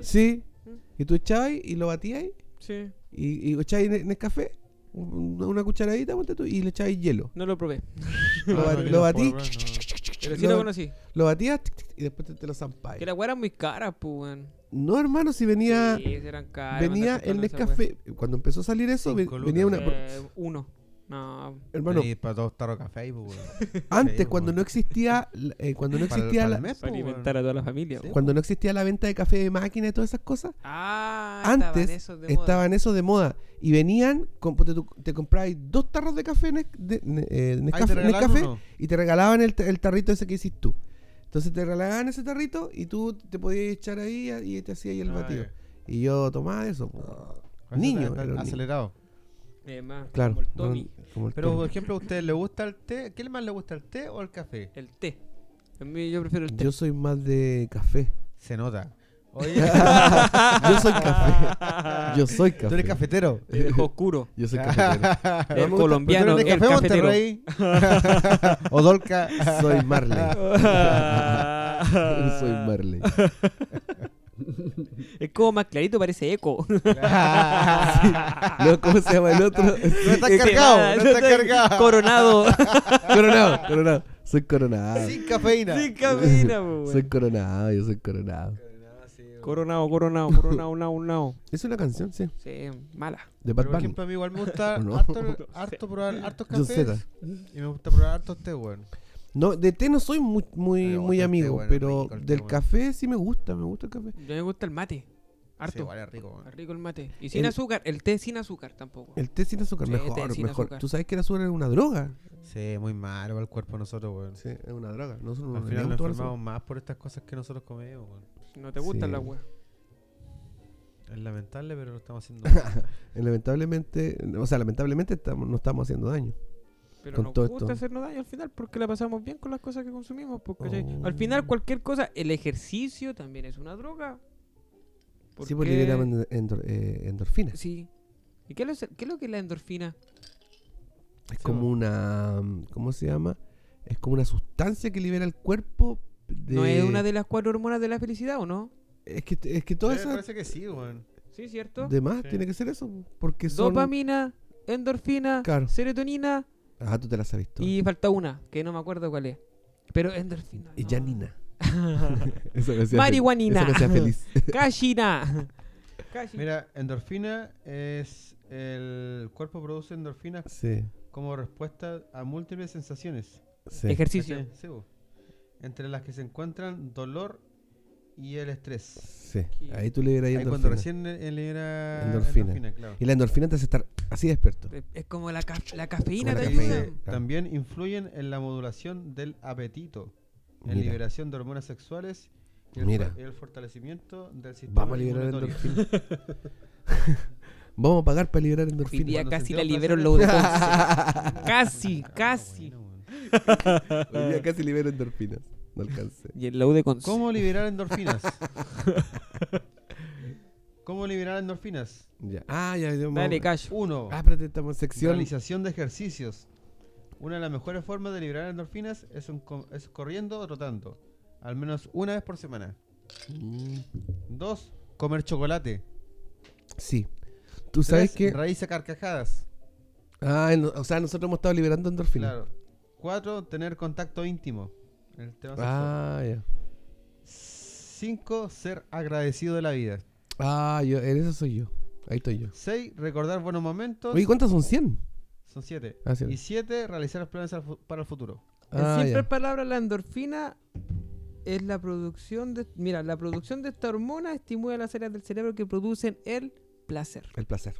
Sí.
Mm.
Y tú echabas y lo batías
Sí.
y, y echabas ne- Nescafé, un- una cucharadita, ponte tú, y le echabas hielo.
No lo probé.
Lo,
Ah,
ba-
no, yo
lo
tampoco,
batí,
weón,
*laughs*
no.
Pero sí
Lo-
lo conocí.
lo batías tic, tic, y después te, te lo zampabas.
Que las weas eran muy caras, pues, weón.
No, hermano, si venía
Sí, eran caras.
venía
mandaste
el
con esa wea.
Nescafé. Cuando empezó a salir eso, ve-
Cinco
venía una.
lucas.
Eh, uno. No.
Hermano,
Ahí para todos tarros de café, pues,
*laughs*
weón.
antes,
sí,
cuando
bueno.
no existía. eh, cuando no
*laughs* Para el-
existía
para
la,
el mes,
Para
pues, weón.
alimentar a toda la familia.
Sí.
weón.
cuando no existía la venta de café de máquina y todas esas cosas,
Ah, estaban
antes
esos de moda.
estaban esos de moda. Y venían, con- ponte tú, te comprabas dos tarros de café, Nes- de- ne- eh,
Ahí te
Nescafé,
regalan
Nescafé,
uno.
y te regalaban el, ta- el tarrito ese que hiciste tú. Entonces te regalaban ese tarrito y tú te podías echar ahí y te hacías ahí el
Ah,
batido.
ya.
Y yo tomaba eso. po.
Con eso
Niño,
está-
era un niño.
Acelerado.
Eh, más
Claro.
como el
bueno,
Tommy,
como el
Pero,
Tommy.
por ejemplo, ¿a ustedes les gusta el té? ¿Qué más les gusta, el té o el café?
el té. A mí yo prefiero el té.
Yo soy más de
*laughs*
café.
Se nota. Oye,
*laughs* Yo soy café. Yo soy café.
tú eres cafetero.
Te
*laughs*
dejó oscuro.
Yo soy
*laughs*
cafetero.
El colombiano,
¿Tú eres
el
café
cafetero.
Monterrey?
*laughs*
*laughs* o Dolca.
soy Marley.
*laughs*
soy Marley.
Es como más clarito, parece
*laughs*
eco.
No, ¿Cómo se llama el
*laughs*
otro?
No está
Este,
cargado, no está
*laughs*
cargado.
Coronado.
coronado, coronado. Soy coronado.
Sin
*laughs*
cafeína.
*laughs*
Sin cabina, po, pues, weón.
soy coronado, yo soy coronado.
Coronado, coronado, *laughs* coronado, nao, nao.
Es una canción, sí.
Sí, mala.
De Bad
Pero, por
Bunny.
ejemplo, a mí igual me gusta
¿O no?
harto,
*laughs*
harto probar hartos
John
cafés.
Zeta.
Y me gusta probar hartos té, weón.
No, de té no soy muy, muy,
Pero
muy
bastante
amigo,
bueno,
pero
rico el té,
del
bueno.
café sí me gusta, me gusta el café.
Yo me gusta el mate. Harto.
Sí, igual es rico, weón.
rico el mate. Y sin
El-
azúcar. El té sin azúcar tampoco.
El té sin azúcar,
Sí,
mejor,
té sin
mejor.
azúcar.
Tú sabes que el azúcar es una droga.
Sí, muy malo para el cuerpo de nosotros, weón.
Sí, es una droga. Nosotros
Al
nos
final
negamos
nos
todo el
enfermamos más por estas cosas que nosotros comemos, weón.
No te gustan
Sí.
las weas.
Es lamentable, pero lo estamos *laughs* haciendo.
azúcar. Eh, Lamentablemente, o sea, lamentablemente estamos, no estamos haciendo daño.
Pero
Con
nos
todo
gusta
esto.
hacernos daño al final porque la pasamos bien con las cosas que consumimos. pues, ¿cachai?
Oh.
Al final cualquier cosa, el ejercicio también es una droga.
Sí, pues, porque
qué?
liberan endor- eh, endorfinas.
Sí. ¿Y qué es, qué es lo que es la endorfina?
Es como una. mm, ¿Cómo se llama? Es como una sustancia que libera el cuerpo. De...
¿No es una de las cuatro hormonas de la felicidad o no?
Es que, es que todo
Me
eso.
parece que sí, weón.
Sí, ¿cierto?
De más,
Sí.
tiene que ser eso. Porque son.
Dopamina, endorfina,
Claro.
serotonina
Ah, tú te las has visto.
y falta una, que no me acuerdo cuál es. Pero endorfina.
Y
no.
Janina. *laughs* Eso me hacía fel-
Marihuanina.
Eso me hacía
*laughs*
feliz.
Cachina. Cachina.
Mira, endorfina es. El cuerpo produce endorfinas
sí,
como respuesta a múltiples sensaciones.
sí.
Ejercicio.
¿Cachai? Sí, bo. Entre las que se encuentran dolor y el estrés.
Sí. Ahí tú liberas
Ahí
ahí
cuando
endorfina.
recién eh, él era
Endorfina.
claro.
Y la endorfina te hace estar así despierto.
Es- Es como la, ca- la cafeína
Como
te
la
ayuda.
cafeína. Claro.
También influyen en la modulación del apetito, en
Mira.
liberación de hormonas sexuales y el,
Mira.
for- el fortalecimiento del sistema
Vamos a liberar
inmunitorio. *laughs*
endorfina.
*laughs*
Vamos a pagar para liberar
Hoy día
endorfina.
Cuando
casi la
sentimos
liberó
placer-
los dos. casi,
Ah,
casi.
bueno, bueno.
*laughs* Hoy día casi libero endorfinas. No alcancé.
Y el low de con
¿Cómo
*laughs*
liberar endorfinas? ¿Cómo liberar endorfinas?
Ya. Ah, ya. ya,
Dale,
vamos.
cacho.
Uno,
Ah, espérate, estamos en sección.
realización de ejercicios. Una de las mejores formas de liberar endorfinas es, un co- es corriendo o trotando, al menos una vez por semana.
Mm,
Dos, comer chocolate.
Sí. Tú sabes
Tres,
que.
Raíz a carcajadas.
Ah, no- o sea, nosotros hemos estado liberando endorfinas.
Claro. Cuatro, tener contacto íntimo. El tema sexual.
Ah, ya.
Cinco, ser agradecido de la vida.
Ah, yo, en eso soy yo. Ahí estoy yo.
Seis, recordar buenos momentos.
Oye, ¿cuántas son 100?
Son siete.
Ah, cierto.
Y siete, realizar los planes al fu- para el futuro.
Ah,
en simples
ya.
palabras, la endorfina es la producción de. Mira, la producción de esta hormona estimula las áreas del cerebro que producen el placer.
El placer.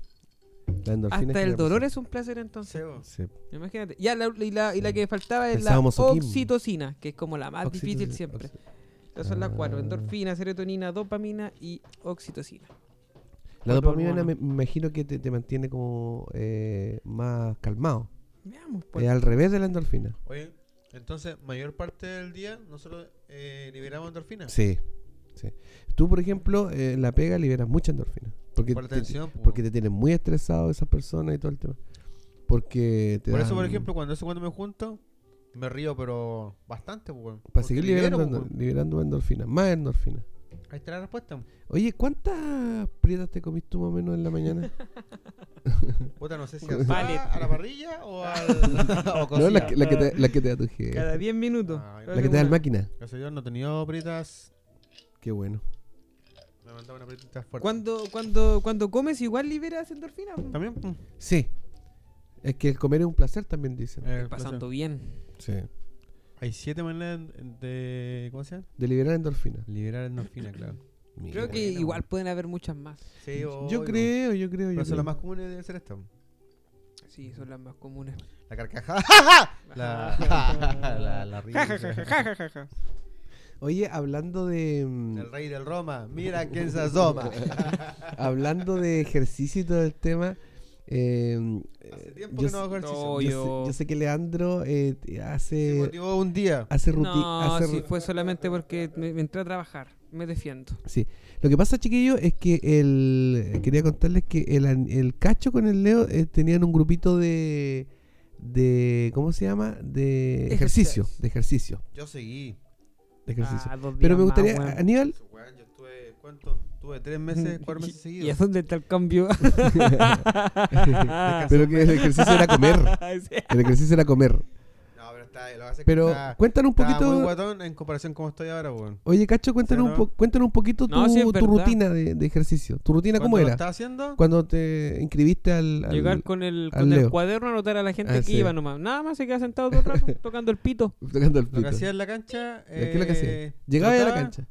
La endorfina
Hasta el
genera
dolor
placer.
es un placer entonces.
Sí.
Imagínate. Ya la, y, la, y la que faltaba es la
Pensaba masoquismo.
oxitocina, que es como la más difícil
Oxitocina,
siempre.
oxi-
Esas son las cuatro:
Ah.
endorfina, serotonina, dopamina y oxitocina.
La
Cuatro
dopamina me,
hormonas.
me imagino que te, te mantiene como eh, más calmado.
Veamos,
Es
pues.
al revés de la endorfina.
Oye, entonces, mayor parte del día nosotros eh, liberamos endorfinas.
Sí. sí. Tú, por ejemplo, eh, en la pega liberas mucha endorfina. Porque
Por la
te-
tensión, po.
porque te tienen muy estresado esas personas y todo el tema. Porque te
Por eso, por
dan-
ejemplo, cuando eso cuando me junto, me río, pero bastante, pues, weón.
Para
Porque
seguir
libero,
liberando,
pues,
endo- liberando endorfina, más endorfina.
weón. Ahí está la respuesta.
Oye, ¿cuántas prietas te comiste tú más o menos en la
*laughs*
mañana?
Puta, no sé
*laughs*
si
Vale.
asada, a la parrilla o al. o
no, la
cocida.
que, la que te, la que te da tu jefe.
Cada 10 minutos.
Ay,
La que te da el
Una.
máquina.
Gracias a Dios no he tenido pritas.
Qué bueno.
Me mandaba una prita fuerte.
Cuando, cuando, cuando comes, igual liberas endorfina. pues? po.
También. mm,
Sí. Es que el comer es un placer también, dicen.
eh,
Pasando
placer.
bien.
Sí.
Hay siete maneras en- de. ¿Cómo se llama?
De liberar endorfina.
Liberar endorfina, claro.
Creo que
Buena,
igual
bueno.
pueden haber muchas más.
Sí,
Yo creo, yo creo. yo
Pero eso es
creo.
lo más común debe ser esto.
Sí, son las más
*laughs*
comunes.
La carcajada. la. la, la risa.
Oye, hablando de. mm,
El rey del
*laughs*
*laughs* Roma. Mira quién se asoma.
hablando de ejercicio y todo el tema. eh,
Hace
eh,
tiempo
yo
que no hago
sé-
ejercicio.
No,
yo,
yo-
sé, yo sé que Leandro eh, t-
Se
hace,
motivó un día.
hace rutina.
No, si fue solamente porque me, me entré a trabajar. Me defiendo.
Lo que pasa, chiquillos, es que el. Quería contarles que el, an- el Cacho con el Leo eh, tenían un grupito de. de ¿Cómo se llama? De ejercicio.
Ejercicios.
De ejercicio.
Yo seguí.
De ejercicio.
Ah, dos
Pero
días
me
más,
gustaría,
weón.
Aníbal.
Eso, weón, Yo estuve, ¿cuánto? Tuve
*laughs*
tres meses, cuatro meses
Mm, ¿Y- ¿Y a
seguidos.
dónde está el cambio?
*laughs* Pero que el ejercicio era comer.
*laughs* Sí.
El ejercicio era comer.
No, pero está, lo que hace es que
Pero
está-
cuéntanos un
estaba muy
poquito.
guatón en comparación como estoy ahora, weón.
Oye, Cacho, cuéntanos,
Sí,
un,
¿no?
po- cuéntanos un poquito
No,
tu,
sí, es
tu
verdad.
rutina de, de ejercicio. ¿Tu rutina cómo
¿Cuánto lo
era?
estaba haciendo?
Cuando te inscribiste al. al-
Llegar con el,
al
con el
Leo.
cuaderno a anotar a la gente
Ah,
que
sí.
iba nomás. Nada más se queda sentado todo
*laughs*
el rato tocando el pito.
tocando el
Lo que
pito.
hacía en la cancha.
¿Qué es lo que hacía?
eh,
Llegaba ahí a la
trotaba,
cancha.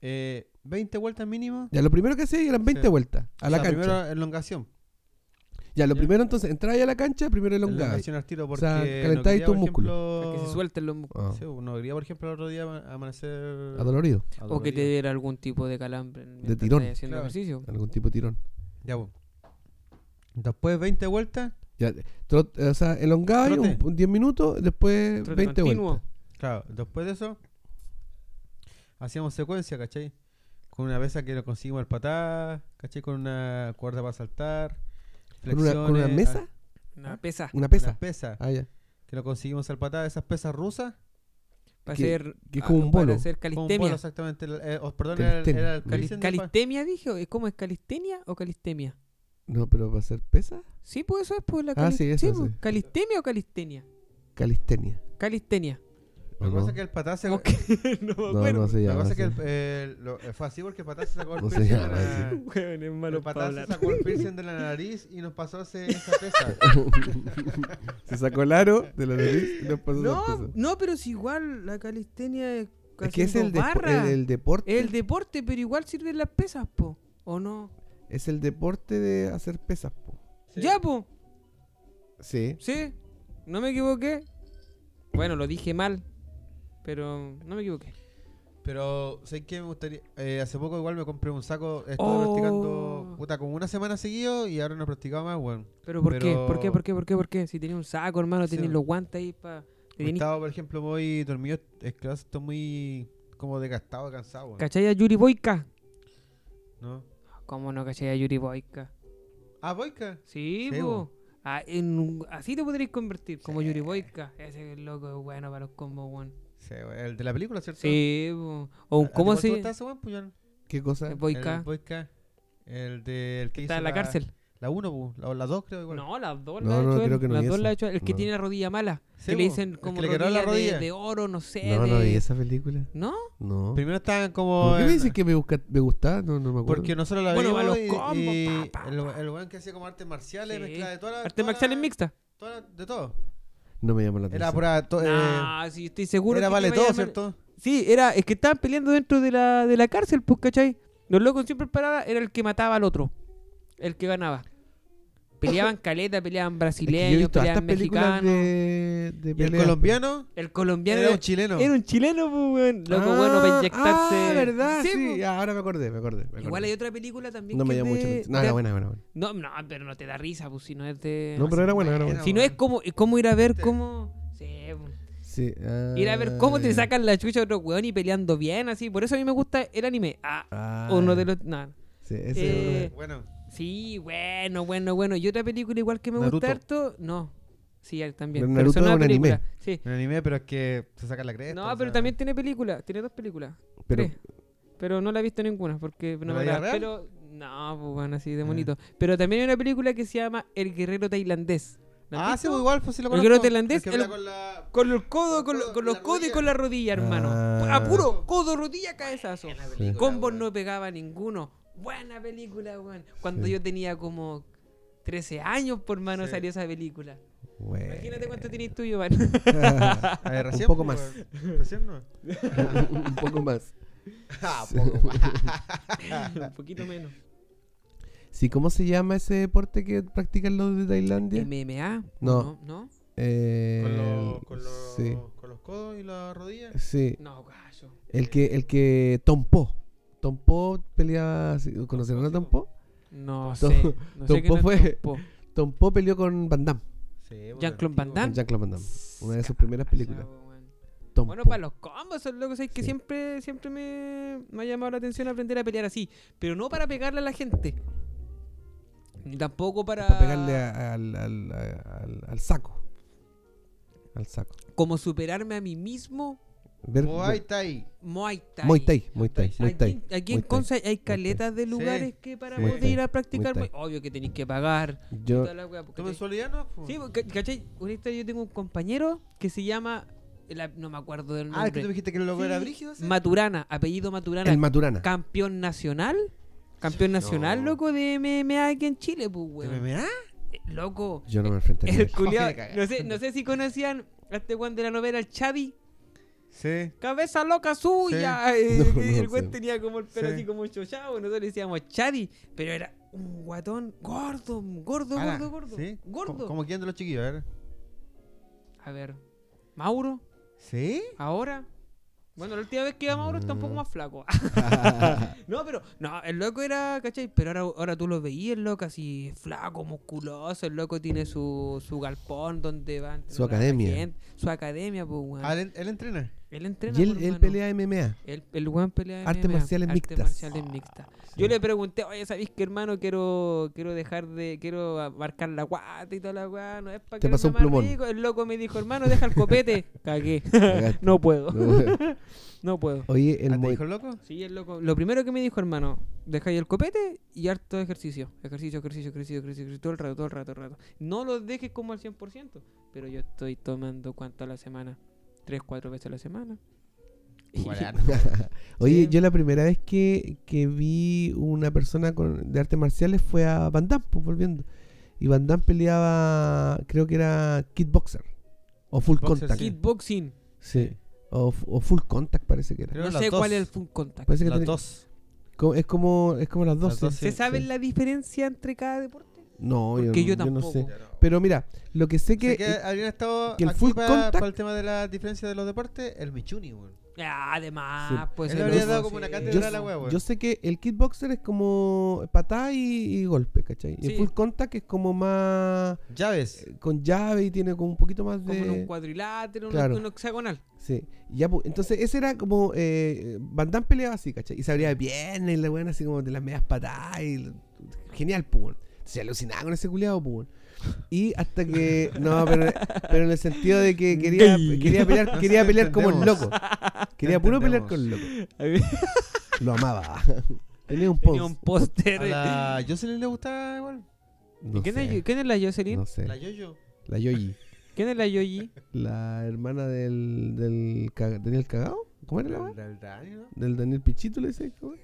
eh, 20 vueltas mínimo.
Ya, lo primero que hacía eran 20
Sí.
vueltas a
O
la
sea,
cancha.
Primero elongación.
Ya, lo
Ya.
primero entonces, entráis a la cancha, primero elongabas.
Elongación al tiro
O
porque.
sea,
no
calentáis
quería,
tus
por
músculos.
Para que se
ejemplo,
suelten los músculos.
Ah,
Sí, no quería, por ejemplo, el otro día ama- amanecer.
Adolorido,
O que te
adolorido.
diera algún tipo de calambre mientras
tirón. Eh,
estás haciendo
Claro.
ejercicio.
algún tipo de tirón.
Ya, pues. Después 20 vueltas.
Ya, trot- o sea, elongabas un,
Trote.
un 10 minutos, después
Trote
20
continuo.
vueltas.
Claro, después de eso. Hacíamos secuencia, ¿cachai? Con una pesa que lo conseguimos al patar, ¿cachai? Con una cuerda para saltar.
¿Con una, con una
flexiones, ah,
mesa?
Una pesa.
¿Una
Una
pesa?
pesa.
Ah, ya.
Que lo conseguimos al patar, esas pesas rusas.
Para
que-
hacer,
que es como
ah,
un
Para
bolo.
hacer
Como un polo
calistenia.
exactamente. el- eh, os- perdón, era, el-
Calistenia.
era el
Cali-
Cali-
calistenia.
¿Calistenia dije? ¿Cómo es calistenia o calistenia?
No, pero para hacer pesa,
Sí, pues eso es pues la
Ah,
calis-
sí, eso,
pues,
sí.
¿Calistenia o calistenia?
calistenia.
Calistenia.
¿o
Lo que
no?
pasa es que el patá se.
no me
No,
acuerdo.
no se
Lo que
llama.
pasa es que
así.
el, el- lo- eh, fue así porque el patá se sacó el
No se
piercing de
llama
la-
*laughs* Weón, es malo
El
pa'
patá se
hablar.
sacó el piercing de la nariz y nos pasó ese- esa pesa.
*laughs* Se sacó el aro de la nariz y nos pasó esas
No,
cosas.
no, pero es igual la calistenia es
Es que es
haciendo
el, despo-
barra.
el- el deporte.
El deporte, pero igual sirven las pesas, po. ¿O no?
Es el deporte de hacer pesas. po.
Sí.
Ya, po.
*laughs* Sí.
Sí. No me equivoqué. Bueno, lo dije mal. Pero no me equivoqué.
Pero, ¿sabes qué? Me gustaría. eh, hace poco igual me compré un saco. Estuve
Oh.
practicando. Puta, como una semana seguido y ahora no he practicado más, weón.
¿Pero por qué? ¿Por qué?
Pero-
¿Por qué? ¿Por qué? ¿Por qué? Si tenía un saco, hermano,
Sí,
tenía
po.
los guantes ahí para...
He estado, por ejemplo, muy dormido. Es que estoy muy. Como desgastado, cansado, weón.
¿Cachai a Yuri Boyka?
¿No?
¿Cómo no cachai a Yuri Boyka?
Ah, boica.
Sí,
Sí,
po.
po.
Ah, en un- así te podrías convertir, como Yuri Boyka. Ese loco es bueno para los combos, weón.
Sí, Ah, weón, El de la película, ¿cierto?
Sí, po. O un-
¿A- a ti
¿Cómo
cuál te
se...?
gusta ese, weón, pues, Joan?
¿Qué cosa?
el
El
Boyka.
Boyka. El de. El que
Está
hizo
en la cárcel.
La 1, la, la 2 creo igual.
No, las dos
No,
las ha
no,
hecho él.
creo que no
las
vi
dos
esa.
las ha hecho él. El que
No.
tiene la rodilla mala.
Sí,
que le
po,
dicen
el
como
que le quebró
rodilla,
la rodilla.
De, de oro, no sé.
No,
de...
no vi esa película.
¿No?
No.
Primero estaban como.
¿Por qué me
en-
dices que me, busca- me gustaba? No, no me acuerdo.
Porque nosotros la
Bueno,
vimos
para los
y,
combos,
y
pa, pa,
el, el weón que hacía como artes marciales,
Sí.
mezcla de todas las...
Arte marcial es mixta.
de todo.
No me llamó la atención.
Era pura... to- eh,
Ah, sí, estoy seguro. que
era
te
vale
vaya a
todo,
llamar-
¿cierto?
Sí, era, es que estaban peleando dentro de la, de la cárcel, pues, ¿cachai? Los locos siempre paraba, era el que mataba al otro. El que ganaba.
*laughs*
Peleaban caleta, peleaban
Es que yo he
brasileños,
visto hartas
peleaban
películas
mexicanos.
de, de
Y el
peleas.
colombiano
El colombiano
era un chileno.
era un chileno, pues, weón. Loco,
Ah,
bueno, para inyectarse.
Ah, ¿verdad? Sí,
pues.
ah, ahora me acordé, me acordé. me acordé.
Igual hay otra película también
No
que
me
es
llamó mucho la
de-
atención. No,
de-
era buena, buena, buena.
No, no, pero no te da risa, pues, si no es de...
No, pero era buena, era
buena.
buena.
Si no es como, es como ir a ver
Sí.
cómo... Sí, pues.
Sí, ah,
ir a ver cómo te
ya.
sacan la chucha otro weón y peleando bien, así. Por eso a mí me gusta el anime. Ah,
Ah,
uno
ya.
de los... no.
Sí, ese
Eh,
Bueno,
Sí, bueno, bueno, bueno. Y otra película igual que me
Naruto.
gusta harto... No. Sí, él también.
Pero
pero son
Naruto
una
es un
película.
anime.
Sí.
me animé, pero es que se saca la cresta.
No,
o
pero
sea,
también tiene película. Tiene dos películas.
Pero-
Tres. Pero no la he visto ninguna porque no
¿De
me
la vida
agrada.
real?
Pero no, pues bueno, así de
Ah.
bonito. Pero también hay una película que se llama El guerrero tailandés. ¿La han
Ah,
visto?
sí, pues igual, pues sí lo
El
conozco.
guerrero tailandés,
que pelea
el-
con la...
Con los codos,
Con
con, lo-
todo,
con
y
los
la
codos y
rodilla.
con la rodilla, hermano.
Ah.
A puro codo, rodilla, cabezazo.
película,
Combos no pegaba ninguno. Buena película, weón. Cuando
Sí.
yo tenía como 13 años, por mano,
Sí.
salió esa película.
bueno.
Imagínate cuánto tenías
*laughs*
tú, Iván.
A ver, recién,
Un poco
pues,
más.
weón. Recién no.
*laughs* Un poco más.
Ah, poco más.
Un poquito menos.
*laughs* Sí, ¿cómo se llama ese deporte que practican los de Tailandia?
MMA.
No.
¿No? ¿No?
Eh,
Con, los- con los-
Sí,
con los codos y las rodillas.
sí.
No, gallo.
El que, el que Tompo. Tompo peleaba. así- ¿Conocieron a Tompo?
No
Tom-
sé. No sé qué
Tompo
no es
fue-
Tompo.
Tom Poe peleó con Van Damme.
Sí, bueno,
Jean-Claude Van
Con
antiguo.
Damme.
Jean-Claude Van Damme. Una de sus primeras películas.
Cacha, weón.
Tom
Bueno,
Poe.
para los combos, son locos, es que
Sí.
siempre, siempre me, me ha llamado la atención aprender a pelear así, pero no para pegarle a la gente. Ni tampoco para,
Para pegarle a- al, al- al- al saco. Al saco.
como superarme a mí mismo,
Ver,
Muay
ver-
Thai.
Muay Thai.
Muay Thai, Muay Thai, Muay Thai.
Aquí, aquí en
Muay Thai.
Conce hay caletas de lugares
Sí.
que para
Sí.
poder
Muay
ir a
Thai,
practicar,
Muay
Muay- obvio que tenéis que pagar.
Yo,
toda la wea,
¿Tú
¿cachai?
mensualidad no? pues? po?
Sí, pues, porque, ¿cachai? Una historia, yo tengo un compañero que se llama, la- no me acuerdo del
Ah, es que tú me
nombre,
dijiste que lo loco era
Sí.
brígido. ¿sí?
Maturana, apellido Maturana,
el Maturana.
campeón nacional. Campeón nacional,
No.
loco, de MMA aquí en Chile, pues, weón.
¿De MMA?
Eh, Loco.
Yo no me enfrenté a
El
él.
culiao,
Joder, cagar.
no sé, no sé si conocían a este Juan de la novela, el Chavi.
Sí.
Cabeza loca
*laughs*
suya. Eh,
No,
que
no
*laughs* el
sé.
weón tenía como el pelo
Sí.
así como chochado. Nosotros le decíamos Chadi, pero era un guatón gordo, gordo,
Ah,
gordo, gordo.
¿sí?
Gordo.
Como- Como quién de los chiquillos, a ver.
A ver, Mauro,
¿Sí?
ahora. Bueno, la última vez que iba Mauro está un poco
Mm.
más
*laughs*
flaco. no, pero, no, el loco era, ¿cachai? Pero ahora, ahora tú lo veías, el loco así, flaco, musculoso. El loco tiene su, su galpón donde va a entrenar
Su
a la
academia.
gente. Su academia, pues, weón.
Ah, él, él entrena.
Él entrena.
Y él,
por
él
mano.
pelea
*laughs*
MMA.
El, el weón pelea
Artes
MMA,
marciales
artes
mixtas. Ah,
marciales mixtas. Yo le pregunté, oye, ¿sabéis que hermano quiero quiero dejar de, quiero marcar la guata y toda la guata? No es para
Te pasó un plumón.
El loco me dijo, hermano, deja el
*laughs*
copete. Cagué. *laughs*
Cagaste.
no puedo. no puedo.
Oye,
¿Ah,
el
¿Te
Muay *laughs*
dijo
*laughs*
el loco?
Sí, el loco. Lo primero que me dijo, hermano, dejáis el copete y harto ejercicio. Ejercicio, ejercicio, ejercicio, ejercicio, ejercicio, todo el rato, todo el rato, todo el rato. No lo dejes como al 100%, pero yo estoy tomando cuánto a la semana. Tres, cuatro veces a la semana. Y-
Igual harto.
Oye,
Sí.
yo la primera vez que, que vi una persona con, de artes marciales fue a Van Damme, pues, volviendo. Y Van Damme peleaba, creo que era Kickboxer. O Full
Kickboxer,
Contact.
sí.
Kickboxing.
Sí. O, f- o Full Contact parece que era.
Creo
No
las
sé
dos.
cuál es el full contact.
Parece que
Los
tiene-
dos.
co- es, como, es como las dos.
Las dos,
sí.
¿Se
sí.
sabe
sí.
la diferencia entre cada deporte?
No, yo,
Porque yo
no- yo no sé.
tampoco.
Pero mira, lo que sé que...
Sé que habían estado
que el
aquí
full
para,
contact-
el tema de la diferencia de los deportes, el Michuni, weón.
Ah, además,
Sí.
pues...
Él
el
habría
otro,
dado como una
sí.
cátedra
yo,
a la wea, weón.
yo sé que el kickboxer es como patada y, y golpe, ¿cachai? Y
Sí.
el full contact es como más
Llaves.
eh, con llave y tiene como un poquito más
Como en
de...
un cuadrilátero, un-
Claro.
un
*laughs*
hexagonal.
Sí, ya, pues, entonces ese era como eh, Van Damme peleaba así, ¿cachai? Y se abría de pierna y la weón así como de las medias patadas y genial, pues. weón. Se alucinaba con ese culiado, pues. weón. Y hasta
*laughs*
que. No, pero, pero en el sentido de que quería,
Gay.
quería pelear, quería
Sí,
pelear como el
entendemos.
loco. Quería puro pelear
entendemos.
con el loco.
Tenía
Lo
*laughs*
amaba. Tenía un post.
un póster.
A la Jocelyn le gustaba igual.
No
¿Quién,
sé,
es, quién es la Jocelyn?
No sé.
La Yoyo.
La Yoyi.
¿Quién es la Yoyi?
La hermana del. del ca- ¿Daniel Cagao? ¿Cómo era la weón?
Del Dani, ¿no?
Del Daniel Pichito le decía. ¿cómo era?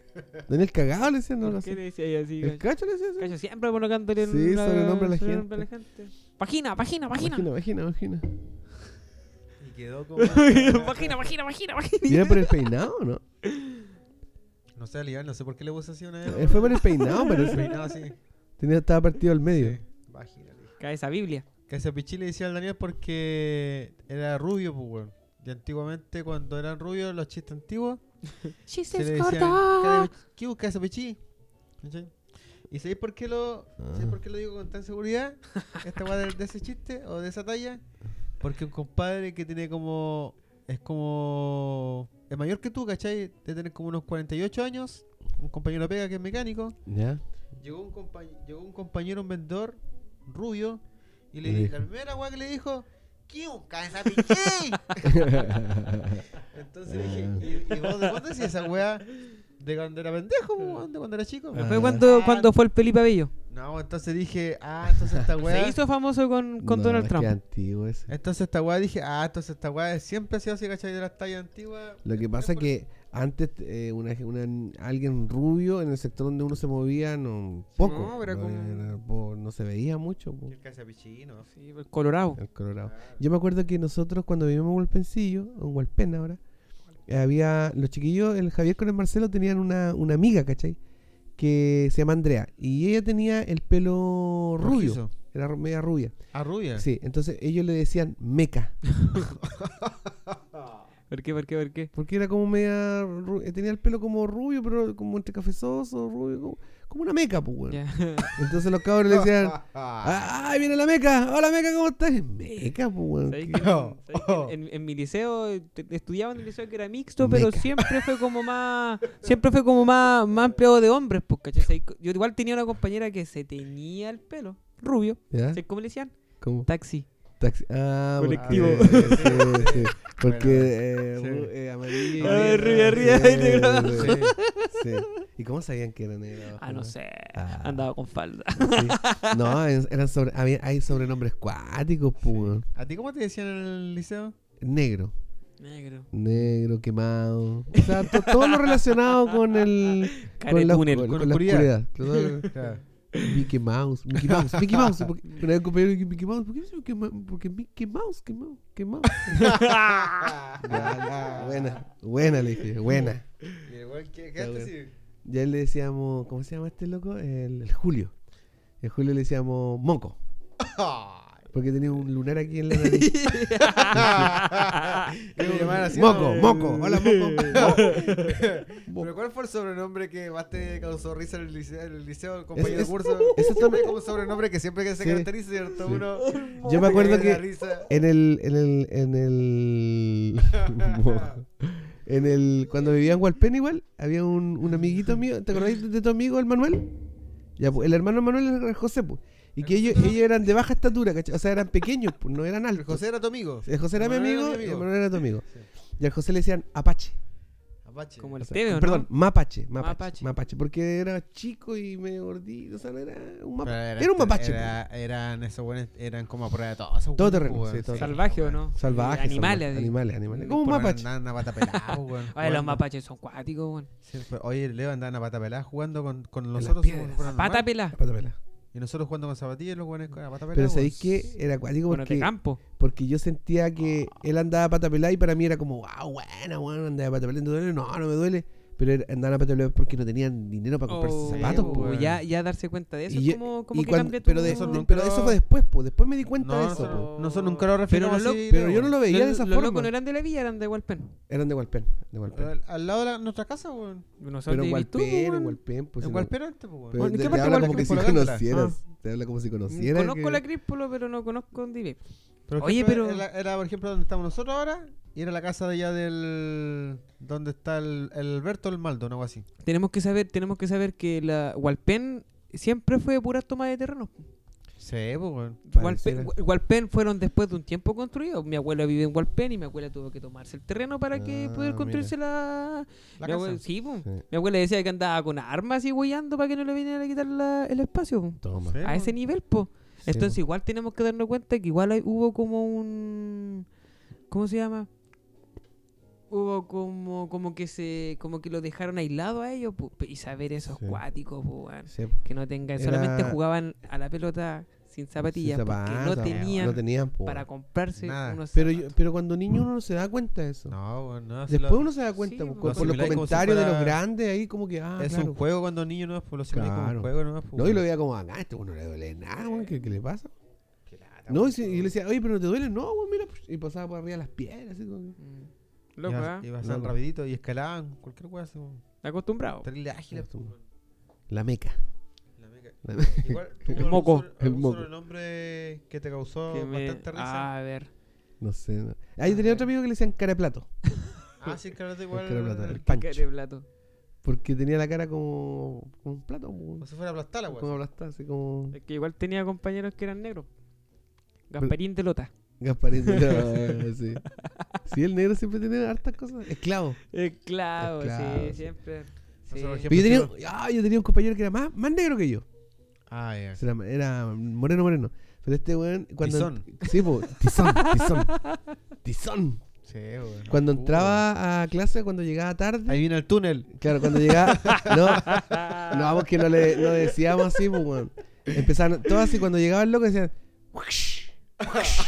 Daniel Cagao le decía, no lo
¿Por
sé.
¿Qué le decía ahí así?
El cacho
Cacho?
le decía eso.
Cacho siempre colocándole
Sí,
la-
sobrenombre a la
sobrenombre gente. Página, página, página.
Imagina, imagina, imagina.
Y quedó como.
Página, página, página, página.
¿Y era por el peinado no?
No sé, Alián, no sé por qué le gusta así una
Él fue por el peinado, parece.
Peinado así.
Tenía, estaba partido al medio.
Sí. Vagina, le dije.
Cae esa Biblia.
Que ese pichí le decía al Daniel porque era rubio, pues, weón. Y antiguamente, cuando eran rubios, los chistes antiguos, se le decían, "¿Qué- ¿qué busca ese pichí? ¿Cachai? ¿Y sabéis por qué lo, sabéis por qué lo digo con tan seguridad? Esta weá de, de ese chiste o de esa talla. Porque un compadre que tiene como. Es como. Es mayor que tú, ¿cachai? De tener como unos 48 años. Un compañero pega que es mecánico.
¿Ya?
Llegó un, compa- llegó un compañero, un vendedor rubio, y le
Le
dijo,
dijo.
la primera weá que le dijo, ¿qué un cazapichín?" Entonces
Ah.
dije, ¿y, y vos de cuándo decís esa weá? De cuando era pendejo, po, weón, de cuando era chico.
Ah.
¿Fue cuando,
Ah,
cuando fue el Felipe Bello?
No, entonces dije, ah, entonces esta weá.
*laughs* Se hizo famoso con, *laughs* con
No,
Donald
es
Trump.
que antiguo ese.
Entonces esta weá dije, ah, entonces esta weá siempre ha sido así, ¿cachai? De las tallas antiguas.
Lo que
Es-
pasa
es por-
que antes eh, una, una- alguien rubio en el sector donde uno se movía, no, poco.
No, era como-
era po- no se veía mucho. po,
El cazapichín, ¿no?
Sí, el Colorado.
el Colorado. Yo me acuerdo que nosotros cuando vivíamos en Hualpencillo, o en Hualpena ahora, había los chiquillos, el Javier con el Marcelo tenían una, una amiga, ¿cachai? Que se llama Andrea. Y ella tenía el pelo rubio.
Rojizo.
Era ru- media rubia.
Ah, rubia.
Sí, entonces ellos le decían meca.
¿Por qué, por qué, por qué?
Porque era como media. ru- eh, Tenía el pelo como rubio, pero como entre cafezoso, rubio, como, como una meca, pues, weón. *laughs*
Ya.
Entonces los cabros le
*laughs*
decían. "Ah, ¡Ay, viene la meca! ¡Hola, meca, ¿cómo estás? Meca, pues, weón.
¿Sabéis
¿Qué-
que
No.
en- sabéis que en, en mi liceo eh, te- estudiaba en un liceo que era mixto, pero
Meca.
siempre fue como más siempre fue como más, más empleado de hombres, pues, ¿cachai? Sabéis que- Yo igual tenía una compañera que se teñía el pelo, rubio,
¿Ya?
¿sabéis cómo le decían?
¿Cómo?
Taxi.
¿Eh? Taxi. Ah, porque- eh,
Colectivo.
*laughs* sí, sí.
Bueno,
Porque eh,
sí.
ru- eh, amarillo.
Ah, rubia, rubia,
Sí,
y negro.
sí,
Sí.
sí. ¿Y cómo sabían que era negro?
Ah, no sé.
Ah.
Andaba con falda. *laughs*
Sí. No, es- eran sobre, había- hay sobrenombres cuáticos, pues, weón.
¿A ti cómo te decían en el liceo?
Negro.
Negro.
Negro, quemado. O sea, to- todo lo relacionado con el. Con la,
Caretúnel.
con-
Con
con la
oscuridad.
oscuridad.
*laughs*
Todo- Mickey Mouse, Mickey Mouse, Mickey Mouse. *laughs* ¿por qué? Una vez compañero dijo, Mickey Mouse, ¿por qué dice Mickey Mouse? Porque Mickey Mouse, que Mouse, que Mouse.
Ah.
Ya, le- buena, buena, le dije, buena.
Y el weón que
Ya,
quedaste
weón.
así.
Y a él le decíamos, ¿cómo se llama este loco? El, el Julio. El Julio le decíamos Moco,
Ay.
porque tenía un lunar aquí en la
*laughs*
nariz.
Que me llamaban así,
moco,
¿no?
Moco, hola Moco.
*laughs* ¿Pero
Moco.
cuál fue el sobrenombre que más te causó risa en el liceo, en el liceo,
Es-
compañero
es-
de
*laughs*
curso?
es
Ese
esto-
es como un sobrenombre que siempre que se
Sí.
caracteriza, ¿cierto?
Sí.
Uno
Yo me
se
acuerdo
cae de la
que
risa.
en el, en el, en
*laughs*
el, Moco. en el, cuando vivía en Hualpén igual, había un, un amiguito mío, ¿te acordáis de, de tu amigo, el Manuel? Ya, pues, el hermano Manuel era el José, pues. Y que ellos, ellos eran de baja estatura, ¿cachai? O sea, eran pequeños, pues, no eran
El
altos.
José era tu amigo.
El José era mi
Manuel
amigo,
mi
y el Manuel era tu amigo.
Sí.
Y al José le decían Apache.
*laughs* Apache.
Como el
O sea,
Teveo, ¿no?
Perdón, mapache, mapache,
Mapache.
mapache. porque era chico y medio gordito, o sea, no era un
Pero
mapache. Era, un mapache. pues.
Era, eran esos buenos, eran como a prueba de todo. esos
Todo
weones,
terreno,
weón.
sí, todo terreno.
Salvaje o no?
pues. Salvaje.
Animales.
salvaje,
así.
Animales, animales.
Por
Como un
Por
mapache.
Andaban a pata
*laughs*
pelada, pues, weón.
Oye, los
Jugando.
mapaches son cuáticos, weón.
Sí, fue- Oye, Leo andaban a pata pelada jugando con, con
las
nosotros.
piedras.
como si fuera normal,
Pata pelada.
Pata pelada.
Y nosotros jugando con zapatillas, los weones con la pata pelada.
Pero
weón.
sabéis que era acuático
Bueno, Ah. de
porque,
campo.
porque yo sentía que él andaba a pata pelada y para mí era como, wow, buena, bueno, andaba a pata pelada, ¿te duele? No, no me duele. Pero era- andaban a pata pelada porque no tenían dinero para comprarse
Oh,
zapatos,
sí,
pues.
weón.
pues, ya, ya darse cuenta de eso
Y
es
yo-
como, como
y
que
cuando-
cambia tu-
pero, de-
Eso
de-
nunca
pero
lo-
eso fue después, pues. Después me di cuenta
No,
de eso,
nosotros,
pues.
nosotros nunca lo
Pero
referimos
lo-
así,
Pero yo
Leo.
no lo veía
Los-
de esa
los
forma.
locos no eran de la villa, eran de Hualpén.
Eran de Walpen, de Walpen.
Pero al, al lado de la- nuestra casa, weón.
No sé
Pero en
dónde vivís tú,
Walpen, en
weón.
Walpen, pues.
En
si no-
Gualpero antes, pues,
Pero
weón.
¿en
te,
qué
te
parte
habla
de
como que si
Walpen? Por la
conocieras. Te habla como si conocieras.
Conozco
que-
la Crípolo, pero no conozco dónde vive.
Pero, por
Oye,
ejemplo,
pero-
Era, era, por ejemplo, donde estamos nosotros ahora. Y era la casa de allá del. Donde está el, el Alberto el Maldo, algo así.
Tenemos que saber, tenemos que saber que la Hualpén siempre fue pura toma de terreno.
Sí, pues, weón.
Pareciera.
Hualpén, Hualpén fueron después de un tiempo construidos. Mi abuela vive en Hualpén y mi abuela tuvo que tomarse el terreno para que
Ah,
poder
mira.
construirse la... mi,
La casa.
abuela, sí, po.
Sí.
mi abuela decía que andaba con armas y huellando para que no le vinieran a quitar la- el espacio. po.
Toma.
Sí,
A
pues.
ese nivel, po.
Sí,
Entonces
pues.
igual tenemos que darnos cuenta que igual hay- hubo como un... ¿Cómo se llama? Hubo como como que se como que lo dejaron aislado a ellos po. y saber esos
Sí.
cuáticos, po, weón.
Sí, pues.
que no tengan,
Era-
solamente jugaban a la pelota sin zapatillas
Sin
porque no
zapatos,
tenían
no tenían, po.
para comprarse
Nada.
unos
pero, yo-
zapatos.
pero cuando niño uno no se da cuenta de eso.
No, weón, no. si
Después
lo-
uno se da cuenta
Sí,
po,
lo
por, por los
asimiláis como si
comentarios de
fuera-
los grandes ahí como que ah,
es
claro.
un juego cuando niño no es, pues lo simuláis como
Claro.
un juego, no es, pues,
No, y lo
weón.
veía como, ah, este bueno no le duele nada, weón, ¿qué, qué le pasa?
Qué lata,
No,
weón.
y, si- y le decía, oye, pero no te duele, no, weón, mira, pues, y pasaba por arriba de las piedras, así como que-
Mm.
Y
Loco,
pas-
¿ah?
Y pasaban
Loco.
rapidito y escalaban, cualquier weón así, weón.
Acostumbrado.
Terrible ágiles, pues, weón.
La meca.
La meca.
La meca. *laughs*
Igual,
El
¿tuvo
moco,
algún sobre-
el
algún
moco.
sobrenombre que te causó
Que me-
bastante risa?
Ah, a ver.
No sé. no. Ah, yo tenía otro amigo que le decían cara de plato.
Ah, sí, claro, igual.
El cara de plato, el
¿Qué
pancho.
de plato?
Porque tenía la cara como, como un plato, weón.
Como si fuera aplastar la
como
weón.
aplastada, así como.
Es que igual tenía compañeros que eran negros. Gasparín de Lota.
*laughs*
Gasparín. no, sí. sí, el negro siempre tiene hartas cosas. Esclavo.
Eh, claro,
Esclavo,
sí,
sí.
siempre. Sí.
Nosotros, por ejemplo,
Pero yo tenía,
hicimos-
ah, yo tenía un compañero que era más, más negro que yo.
Ah, ya.
O sea, Era, era moreno, moreno. Pero este weón. Cuando
Tizón.
Sí, po, tizón,
*laughs*
tizón. Tizón.
Sí, weón.
Cuando
Uh,
entraba a clase, cuando llegaba tarde.
weón. Ahí viene el túnel.
Claro, cuando llegaba. No, no, vamos que no le no decíamos así, pues, weón. Empezaban todos así, cuando llegaba el loco decían. "Whoosh, whoosh".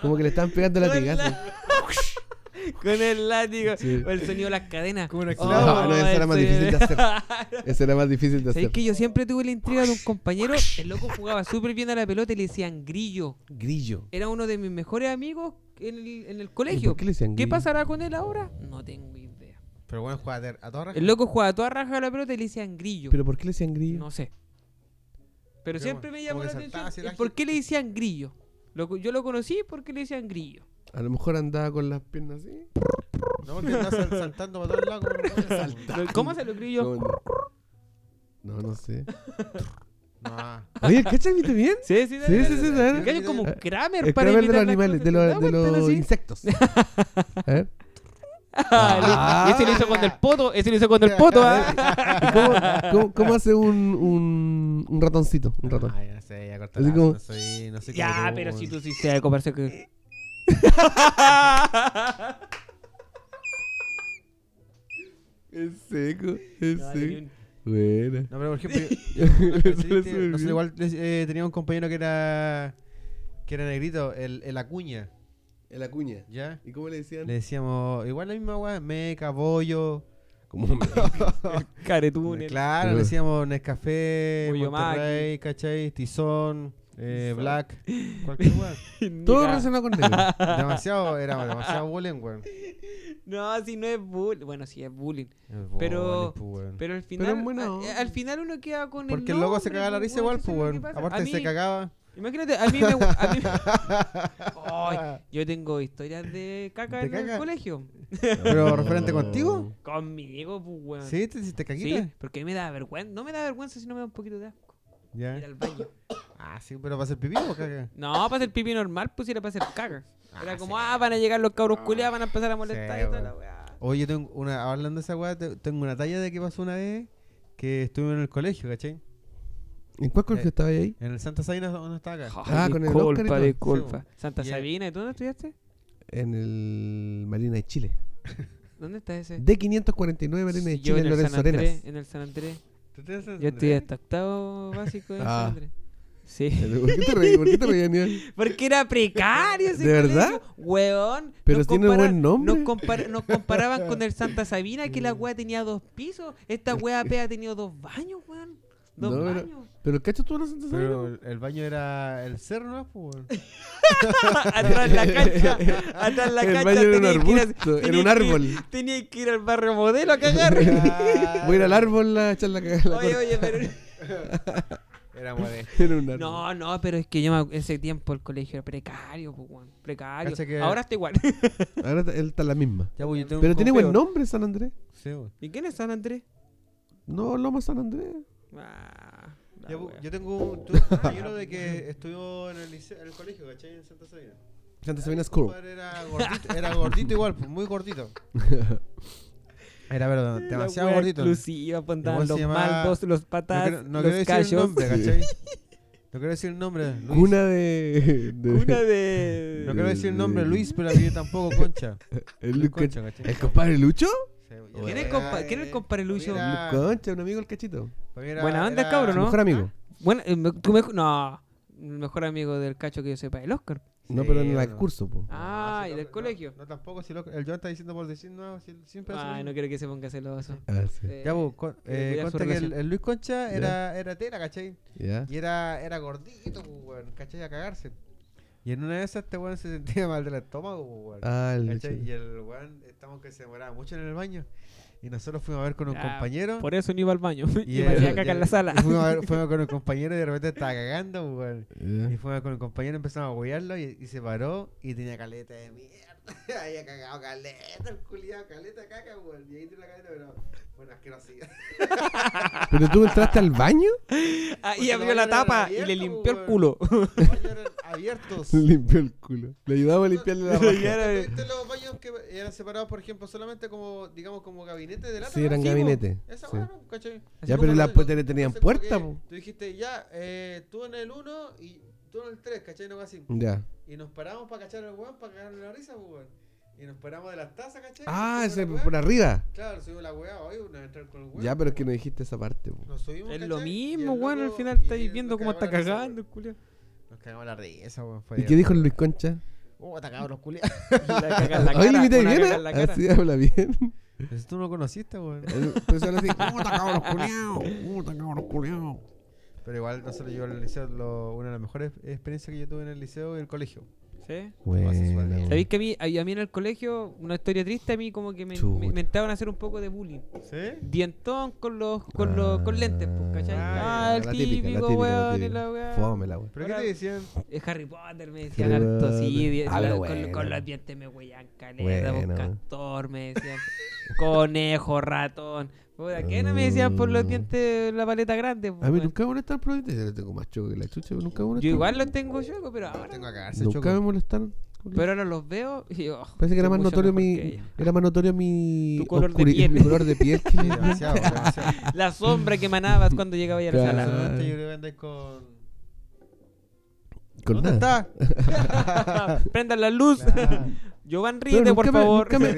Como que le estaban pegando latigazos. *laughs*
Con el látigo.
Sí.
O el sonido de las cadenas.
Como un
Oh,
esclavo.
no, no, esa era más difícil
*laughs*
de hacer. Ese era más difícil de
¿Sabéis
hacer.
que yo siempre tuve la intriga de un compañero? El loco jugaba súper bien a la pelota y le decían grillo.
Grillo.
Era uno de mis mejores amigos en el, en el
¿Y
colegio.
por qué le decían
¿Qué
grillo?
pasará con él ahora? No tengo idea.
Pero bueno, juega de- a todas
El loco jugaba toda raja a la pelota y le decían grillo.
¿Pero por qué le decían grillo?
No sé. Pero
Pero
siempre
bueno,
me llamó
como
la
que saltaba
atención.
hacia el
¿Y
ágil.
por qué le decían grillo? Lo co- yo lo conocí porque le decían grillo.
A lo mejor andaba con las piernas así.
No, porque anda sal- saltando para todos lados. como un-
¿Cómo se lo grillo?
Como- No, no sé.
No.
Oye, ¿el cacha viste bien?
Sí, sí,
Sí, sí, sí, dale. Eh,
El gallo es como un Kramer
El
para
Kramer de los
imitar las
animales, de
cosas.
los,
Da
de
vueltas
los
así.
insectos.
Ah,
A ver.
Ah, listo. Y ese lo hizo con el poto, ese lo hizo con el poto.
*laughs*
ah.
¿Cómo, cómo, cómo hace un, un, un ratoncito? Un ratón.
Ay, no sé, ya corta
Así
la-
como-
No soy, no soy como
Ya,
tú,
pero
weón.
si tú sí sabes
*laughs*
comerse que...
Es seco, es
No, tenía
seco.
un-
Buena.
No, pero
*laughs*
*laughs*
por ejemplo, yo-
Eso le
no sé,
sube bien.
igual eh, tenía un compañero que era que era negrito, el, el Acuña,
El acuña.
¿ya?
¿Y cómo le decían?
Le decíamos, igual la misma weá, meca, bollo. *laughs*
Como me-
Caretúnel. *laughs*
Claro, le decíamos Nescafé,
Bollo
Monterrey, ¿cachai? Tizón, eh, Black,
*laughs*
cualquier weá.
Todo
Mira.
relacionado con negro.
*laughs*
Demasiado, era demasiado bullying, weón.
No, si no es bullying. Bueno, sí es bullying.
El
Pero-
bullying, pues, weón.
Pero al
Pero
final,
es buena
a-
onda.
al final uno queda con el.
Porque el loco se
nombre,
cagaba la risa igual,
eso
pues,
es lo que
weón.
pasa.
Aparte
A mí-
se cagaba.
*laughs* Imagínate, a mí me. gu- A mí
*laughs*
Ay, yo tengo historias de caca
¿De
en
caca?
el colegio.
Pero referente contigo.
Conmigo, pues, weón.
¿Sí? ¿Te hiciste
Sí,
caquita?
porque a mí me da vergüenza. No me da vergüenza, sino me da un poquito de asco.
Ya.
Ir al baño.
Ah, sí, pero para hacer pipí o caca.
No, para hacer pipi normal, pues era para hacer caca. Era como, ah, van a llegar los cabros culiados, van a empezar a molestar y toda
weón.
la weá.
Oye, tengo una, hablando de esa weá, te- tengo una talla de que pasó una vez que estuve en el colegio, ¿cachai?
¿En cuál
Eh.
colegio estaba ahí?
En el Santa Sabina donde estaba acá.
Ah, con el Oscar y
disculpa,
todo.
disculpa.
Sí,
Santa
Y el-
Sabina, ¿y tú dónde estudiaste?
En el Marina de Chile.
¿Dónde está ese?
D549 Marina de
Sí, yo
Chile en
en el,
Lorenzo
San Andrés,
Arenas.
en el San Andrés.
¿Tú te haces-
Yo estudié hasta octavo básico en
Ah.
San Andrés.
*laughs*
Sí. *laughs*
Eh, ¿Por qué te reí? ¿Por qué te reí, Aníbal?
Porque era precario ese
¿De verdad?
colegio, Weón.
Pero
nos
tiene buen
compara-
nombre.
Nos, compara- nos comparaban con el Santa Sabina,
*laughs*
que la weá tenía dos pisos. Esta weá apenas ha tenido dos baños, weón. Dos
No, pero-
baños. *laughs*
¿Pero el cacho tú no sentaste
Pero el, el baño era el cerro, ¿no? Pues, weón.
atrás de la cancha. Atrás de la
El
cancha.
baño era un
tenía que ir a-
arbusto, era
tenía
un
que ir-
árbol.
Tenía que ir al barrio modelo
*laughs*
a cagar.
Voy a ir al árbol a echar la cagada. la
oye,
corta.
oye, pero. *laughs*
Era modesto.
Era un árbol.
No, no, pero es que yo me acu- ese tiempo el colegio era precario, pues, weón, precario.
Cacha que-
Ahora está igual. *laughs*
Ahora está- él está en la misma.
Ya, pues, yo tengo
Pero
un
tiene
compeo.
buen nombre San Andrés.
Sí, weón.
¿Y quién es San Andrés?
No, Loma San Andrés.
Ah, la
Ya,
wea.
pues, yo tengo un tu- ah, yo lo
*laughs*
de que estudió en el, liceo- en el colegio, ¿cachai? En Santa Sabina.
Santa Sabina
Mi
School.
compadre Era gordito, era gordito igual, pues, muy
*laughs*
gordito. Era, pero
La
demasiado
wea
gordito.
Exclusiva,
Igual
pontaban
se
los
llamaba-
maldos, los patas,
quiero- no quiero
los
decir el
cachos.
nombre, ¿cachai? No quiero decir el nombre. Luis.
Cuna de. de-
*laughs* Una de.
No quiero decir el nombre Luis, pero a mí tampoco Concha.
*laughs* el,
Luis
Luca-
Concha, ¿cachai?
*laughs* ¿El compadre Lucho?
Sí, yo
¿Quién, es
era-
compa ¿Quién es el compadre Lucio?
Mira. Ah.
Concha, un amigo el cachito.
para mí era-
Buena onda,
Pues era-
cabro,
Su
¿no?
mejor amigo.
Bueno, eh, me- tu mejor. No, el mejor amigo del cacho que yo sepa, el Oscar.
No,
Sí,
pero en el
bueno.
curso, po.
Ah, y
sí, no,
del
no,
colegio.
No, tampoco, si lo- el John está diciendo por decir no, si, siempre hace lo
Ay, no
mismo.
quiero que se ponga celoso.
Ah, sí.
Eh,
Ya, pues, con-
que
eh,
cuida su
conta que el,
relación.
el Luis Concha era, era tela, ¿cachai?
Ya.
Y era, era gordito, pues, weón, ¿cachai? A cagarse. Y en una de esas, este weón se sentía mal del estómago, pues, weón.
Ah, el
¿Cachai? Y
Lucho.
el weón, estamos que se demoraba mucho en el baño. Y nosotros fuimos a ver con un
Ah,
compañero.
Por eso no iba al baño. *laughs* Y,
el-
me hacía caca en la sala.
*laughs* Fuimos, a ver- fuimos con un compañero y de repente estaba cagando, pues, weón. Y
Ya.
fuimos con el compañero, empezamos a huearlo y, y se paró y tenía caleta de mierda. *laughs* Había cagado caleta, el culiado, caleta de caca, weón. Y ahí tiene la caleta, pero bueno, asquerosidad.
¿Pero tú entraste al baño?
Ah, y
Porque
abrió la
los baños eran
tapa y le
abiertos,
limpió el
weón.
culo.
*laughs* Los baños eran abiertos.
Le limpió el culo. Le ayudaba a limpiarle la
*laughs* Y
raja.
era-
Tuviste los baños que eran separados, por ejemplo, solamente como, digamos, como gabinete de lata.
Sí,
¿no?
eran
po.
gabinetes,
Esa
sí.
weá, ¿no? ¿cachai?
Ya,
como
pero
no
las
sé,
puertas tenían
Entonces, como
puerta,
que
po.
Tú dijiste, ya, eh, tú en el 1 y tú en el 3, ¿cachai? No así.
Ya.
Y nos paramos para cachar al weón, para cagarle la risa, pues, weón. Y nos paramos de las tazas, ¿cachai?
Ah,
Nos
ese
subimos a la
por
weá.
arriba.
Claro, subimos la weá, hoy una entrar con el weón.
Ya, pero es que no dijiste esa parte, po.
Nos subimos,
Es
¿cachai?
lo
Y el
mismo, weón. Al
loco-
final
y
estáis
nos
viendo cómo
cagamos
está
la risa,
cagando, el
weón.
culiao.
Nos cagamos la risa, weón. fue
¿Y qué dijo el Luis Concha?
Oh, puta cabros *laughs* culiados.
La caga *laughs* en la
Hoy
cara,
limité
una
bien,
caga
¿eh?
en la cara.
Así habla bien.
Pues tú no conociste, *laughs* weón.
Empezó a hablar así, puta cabros culiao, puta cabros culiao.
Pero igual, no solo yo al liceo, lo- una de las mejores experiencias que yo tuve en el liceo y el colegio.
¿Sí?
Bueno,
¿Sabéis que a mí, a, a mí en el colegio, una historia triste, a mí como que me,
Chuta.
me, me entraban a hacer un poco de bullying.
¿Sí?
Dientón con los con, los, con lentes, pues, ¿cachai?
Ah,
Ah, el típico, weón, y la weá.
Fome la weón.
¿Pero
Ahora-
qué te decían?
Eh, Harry Potter me decían
Harry
harto,
Potter.
sí, di-
Ah, pero
la- con,
bueno.
con los dientes me huellan caleta, vos,
Bueno.
castor me decían, conejo, ratón. Puta, ¿Qué no me decían por los
Mm.
dientes la paleta grande? pues,
A mí
weón?
nunca me molestaron por los dientes. Yo tengo más choco que la chucha, pero nunca me molestaron.
Yo igual los tengo chuecos, pero ahora,
Tengo a cagarse,
Nunca me
choco.
molestaron. Este culiao.
pero ahora los veo y yo, oh,
Parece que era más
soy mucho
notorio
mejor que
mi.
ellos.
Era más notorio mi.
Tu color de
oscuri-
piel.
Mi color de piel que
Sí,
mi-
demasiado, demasiado. *laughs*
La sombra que emanabas cuando llegaba a la
Claro.
sala.
Solamente yo creo que andáis con.
Con
¿Dónde
nada.
está? *laughs*
*laughs* Prendan la luz.
Claro.
Giovanni,
Pero
ríete, por
nunca me-
favor. *laughs*
nunca me-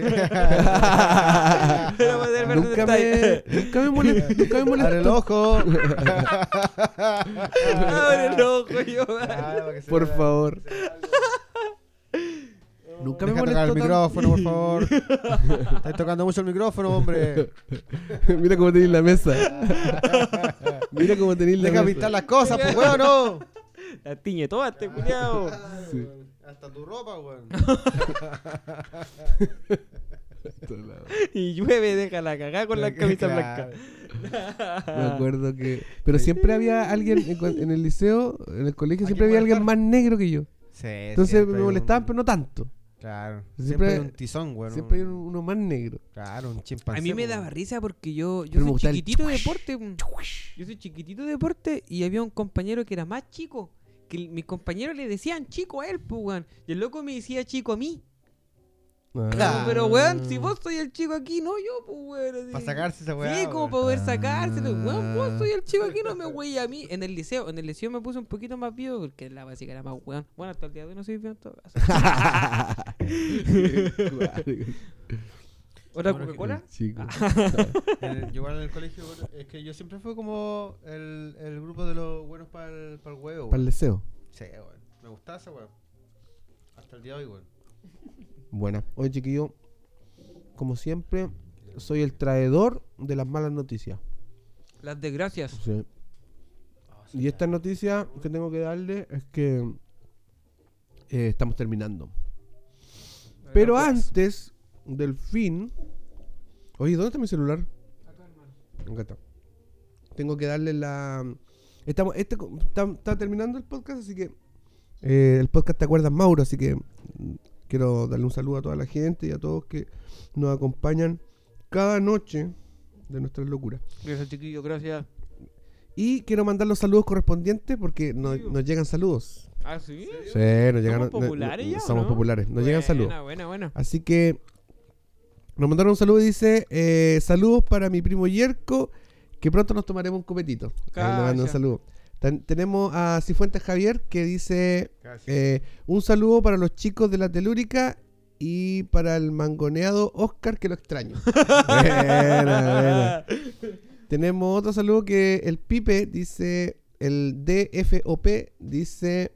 Pero poder ver
Nunca
detalle.
me, nunca me molestó. Nunca me molestó.
Abre el ojo.
*laughs* Abre
*laughs*
el ojo, Giovanni.
Claro, para que se
Por
vea.
favor. Nunca me
Deja tocar
molestó.
el
tanto.
micrófono, por favor. Estáis tocando mucho el micrófono, hombre.
*laughs* Mira cómo tenéis la mesa. Mira cómo tenéis la
Deja
mesa.
pintar las cosas, pues, weón, *laughs* no.
La tiñe toda
*laughs*
este culiao.
Sí.
Hasta tu ropa, weón.
Y llueve, déjala cagar con la camisa blanca.
Me
Ah.
acuerdo que. Pero siempre había alguien en, cua- en el liceo, en el colegio,
¿A
siempre había
quién
alguien más
molestar?
negro que yo.
Sí,
Entonces
siempre
me
hay
molestaban,
un-
pero no tanto.
Claro. Siempre,
Siempre-
hay un tizón, weón.
Siempre hay
un-
un- uno más negro.
Claro, un
*laughs* A
chimpancé.
mí me
weón.
daba risa porque yo, yo
Pero me
soy
gustaba el
chiquitito de deporte. mm. Yo soy chiquitito de deporte y había un compañero que era más chico. Que el- mis compañeros le decían chico a él, pues, weón. Y el loco me decía chico a mí.
Claro.
*laughs*
Ah.
Pero, weón, si vos soy el chico aquí, no yo, pues, weón. así.
Para sacarse esa weá.
Sí, como
weón.
para poder sacárselo. Weón, vos
Ah.
soy el chico aquí, no me güey a mí. En el liceo, en el liceo me puse un poquito más vivo porque la básica era más weón. Bueno, hasta el día de hoy no soy bien todo caso. ¿Otra
Ah, Bueno,
Coca-Cola?
Chico.
En el- yo igual en el colegio, weón, es que yo siempre fui como el, el grupo de los buenos para el, para el huevo.
Para el
weón.
liceo.
Sí, weón. Me gustaba esa weón. Hasta el día de hoy, weón.
Buena. Oye, chiquillo, como siempre, soy el traidor de las malas noticias.
Las desgracias.
Sí. Y esta noticia que tengo que darle es que eh, estamos terminando. Pero ah. antes del fin. Oye, ¿dónde está mi celular? Acá está. Tengo que darle la. Estamos, este, co- está, está terminando el podcast, así que. eh, el podcast te acuerdas, Mauro, así que mm, quiero darle un saludo a toda la gente y a todos que nos acompañan cada noche de nuestras locuras.
pues, Gracias, chiquillo, gracias.
Y quiero mandar los saludos correspondientes porque nos, nos llegan saludos.
Ah, sí.
Sí, nos llegan.
¿Somos populares ya o
Somos
no?
populares. Nos llegan saludos.
Buena, buena, buena.
Así que nos mandaron un saludo y dice: eh, Saludos para mi primo Yerko, que pronto nos tomaremos un copetito. Ahí le mando un
Calla.
saludo. Tan- tenemos a Cifuentes Javier que dice:
Casi.
eh, Un saludo para los chicos de la Telúrica y para el mangoneado Oscar, que lo extraño. Buena, buena. Tenemos otro saludo que el Pipe dice: El DFOP dice.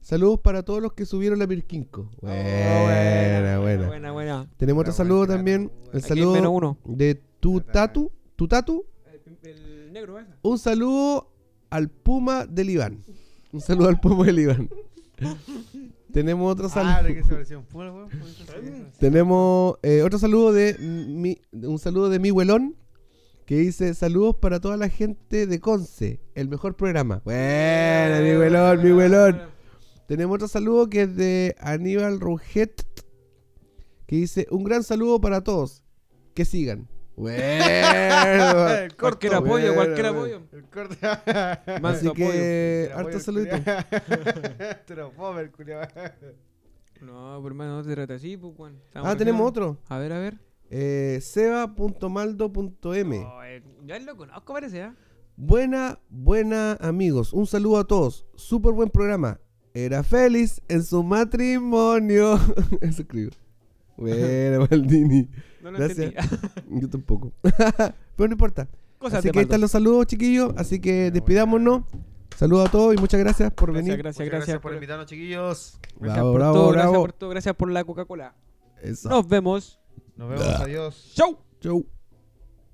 Saludos para todos los que subieron la Pirquinco.
Oh,
Ah, buena, buena.
Buena, buena.
Tenemos otro
Pero buen
saludo
trato,
también. El
Aquí hay menos
saludo
uno.
de tu tatu. Tu tatu.
El, negro, esa.
Un saludo al Puma del Iván. Un saludo al Puma del Iván. Tenemos otro
Ah,
saludo.
de que se parecía un puro, weón. Por eso se llama así.
Tenemos eh, otro saludo de mi, un saludo de mi huelón que dice saludos para toda la gente de Conce, el mejor programa. Bueno, mi huelón, mi huelón. Tenemos otro saludo que es de Aníbal Ruget, que dice, un gran saludo para todos, que sigan.
*laughs*
Bueno,
El corto.
Eh, Cualquier
Buena,
apoyo, cualquier
buena.
apoyo.
El corte. *laughs*
Más
así que, Eh, harto
saludo.
saludito.
*laughs* Te lo puedo el culiao.
No, por hermano, no te trata así, pues, Juan.
Ah, tenemos otro.
A ver, a ver.
Eh, Seba.maldo.m.
Oh, eh, ya lo conozco, parece, ¿ah?
Buena, buena amigos. Un saludo a todos. Súper buen programa. Era feliz en su matrimonio. *laughs* Eso escribo. Bueno, *laughs* Maldini.
No lo
Gracias.
entendí. *laughs*
Yo tampoco. *laughs* Pero no importa.
Cosas
Así
de
que ahí
Maldo.
están los saludos, chiquillos. Así que despidámonos. Saludos a todos y muchas gracias por
Gracias,
venir.
gracias,
Muchas
gracias.
por invitarnos, chiquillos.
gracias
Bravo,
por
bravo,
todo,
bravo.
Gracias por todo, gracias por la Coca-Cola.
Eso.
Nos vemos.
Nos vemos, adiós.
Chau.
Chau.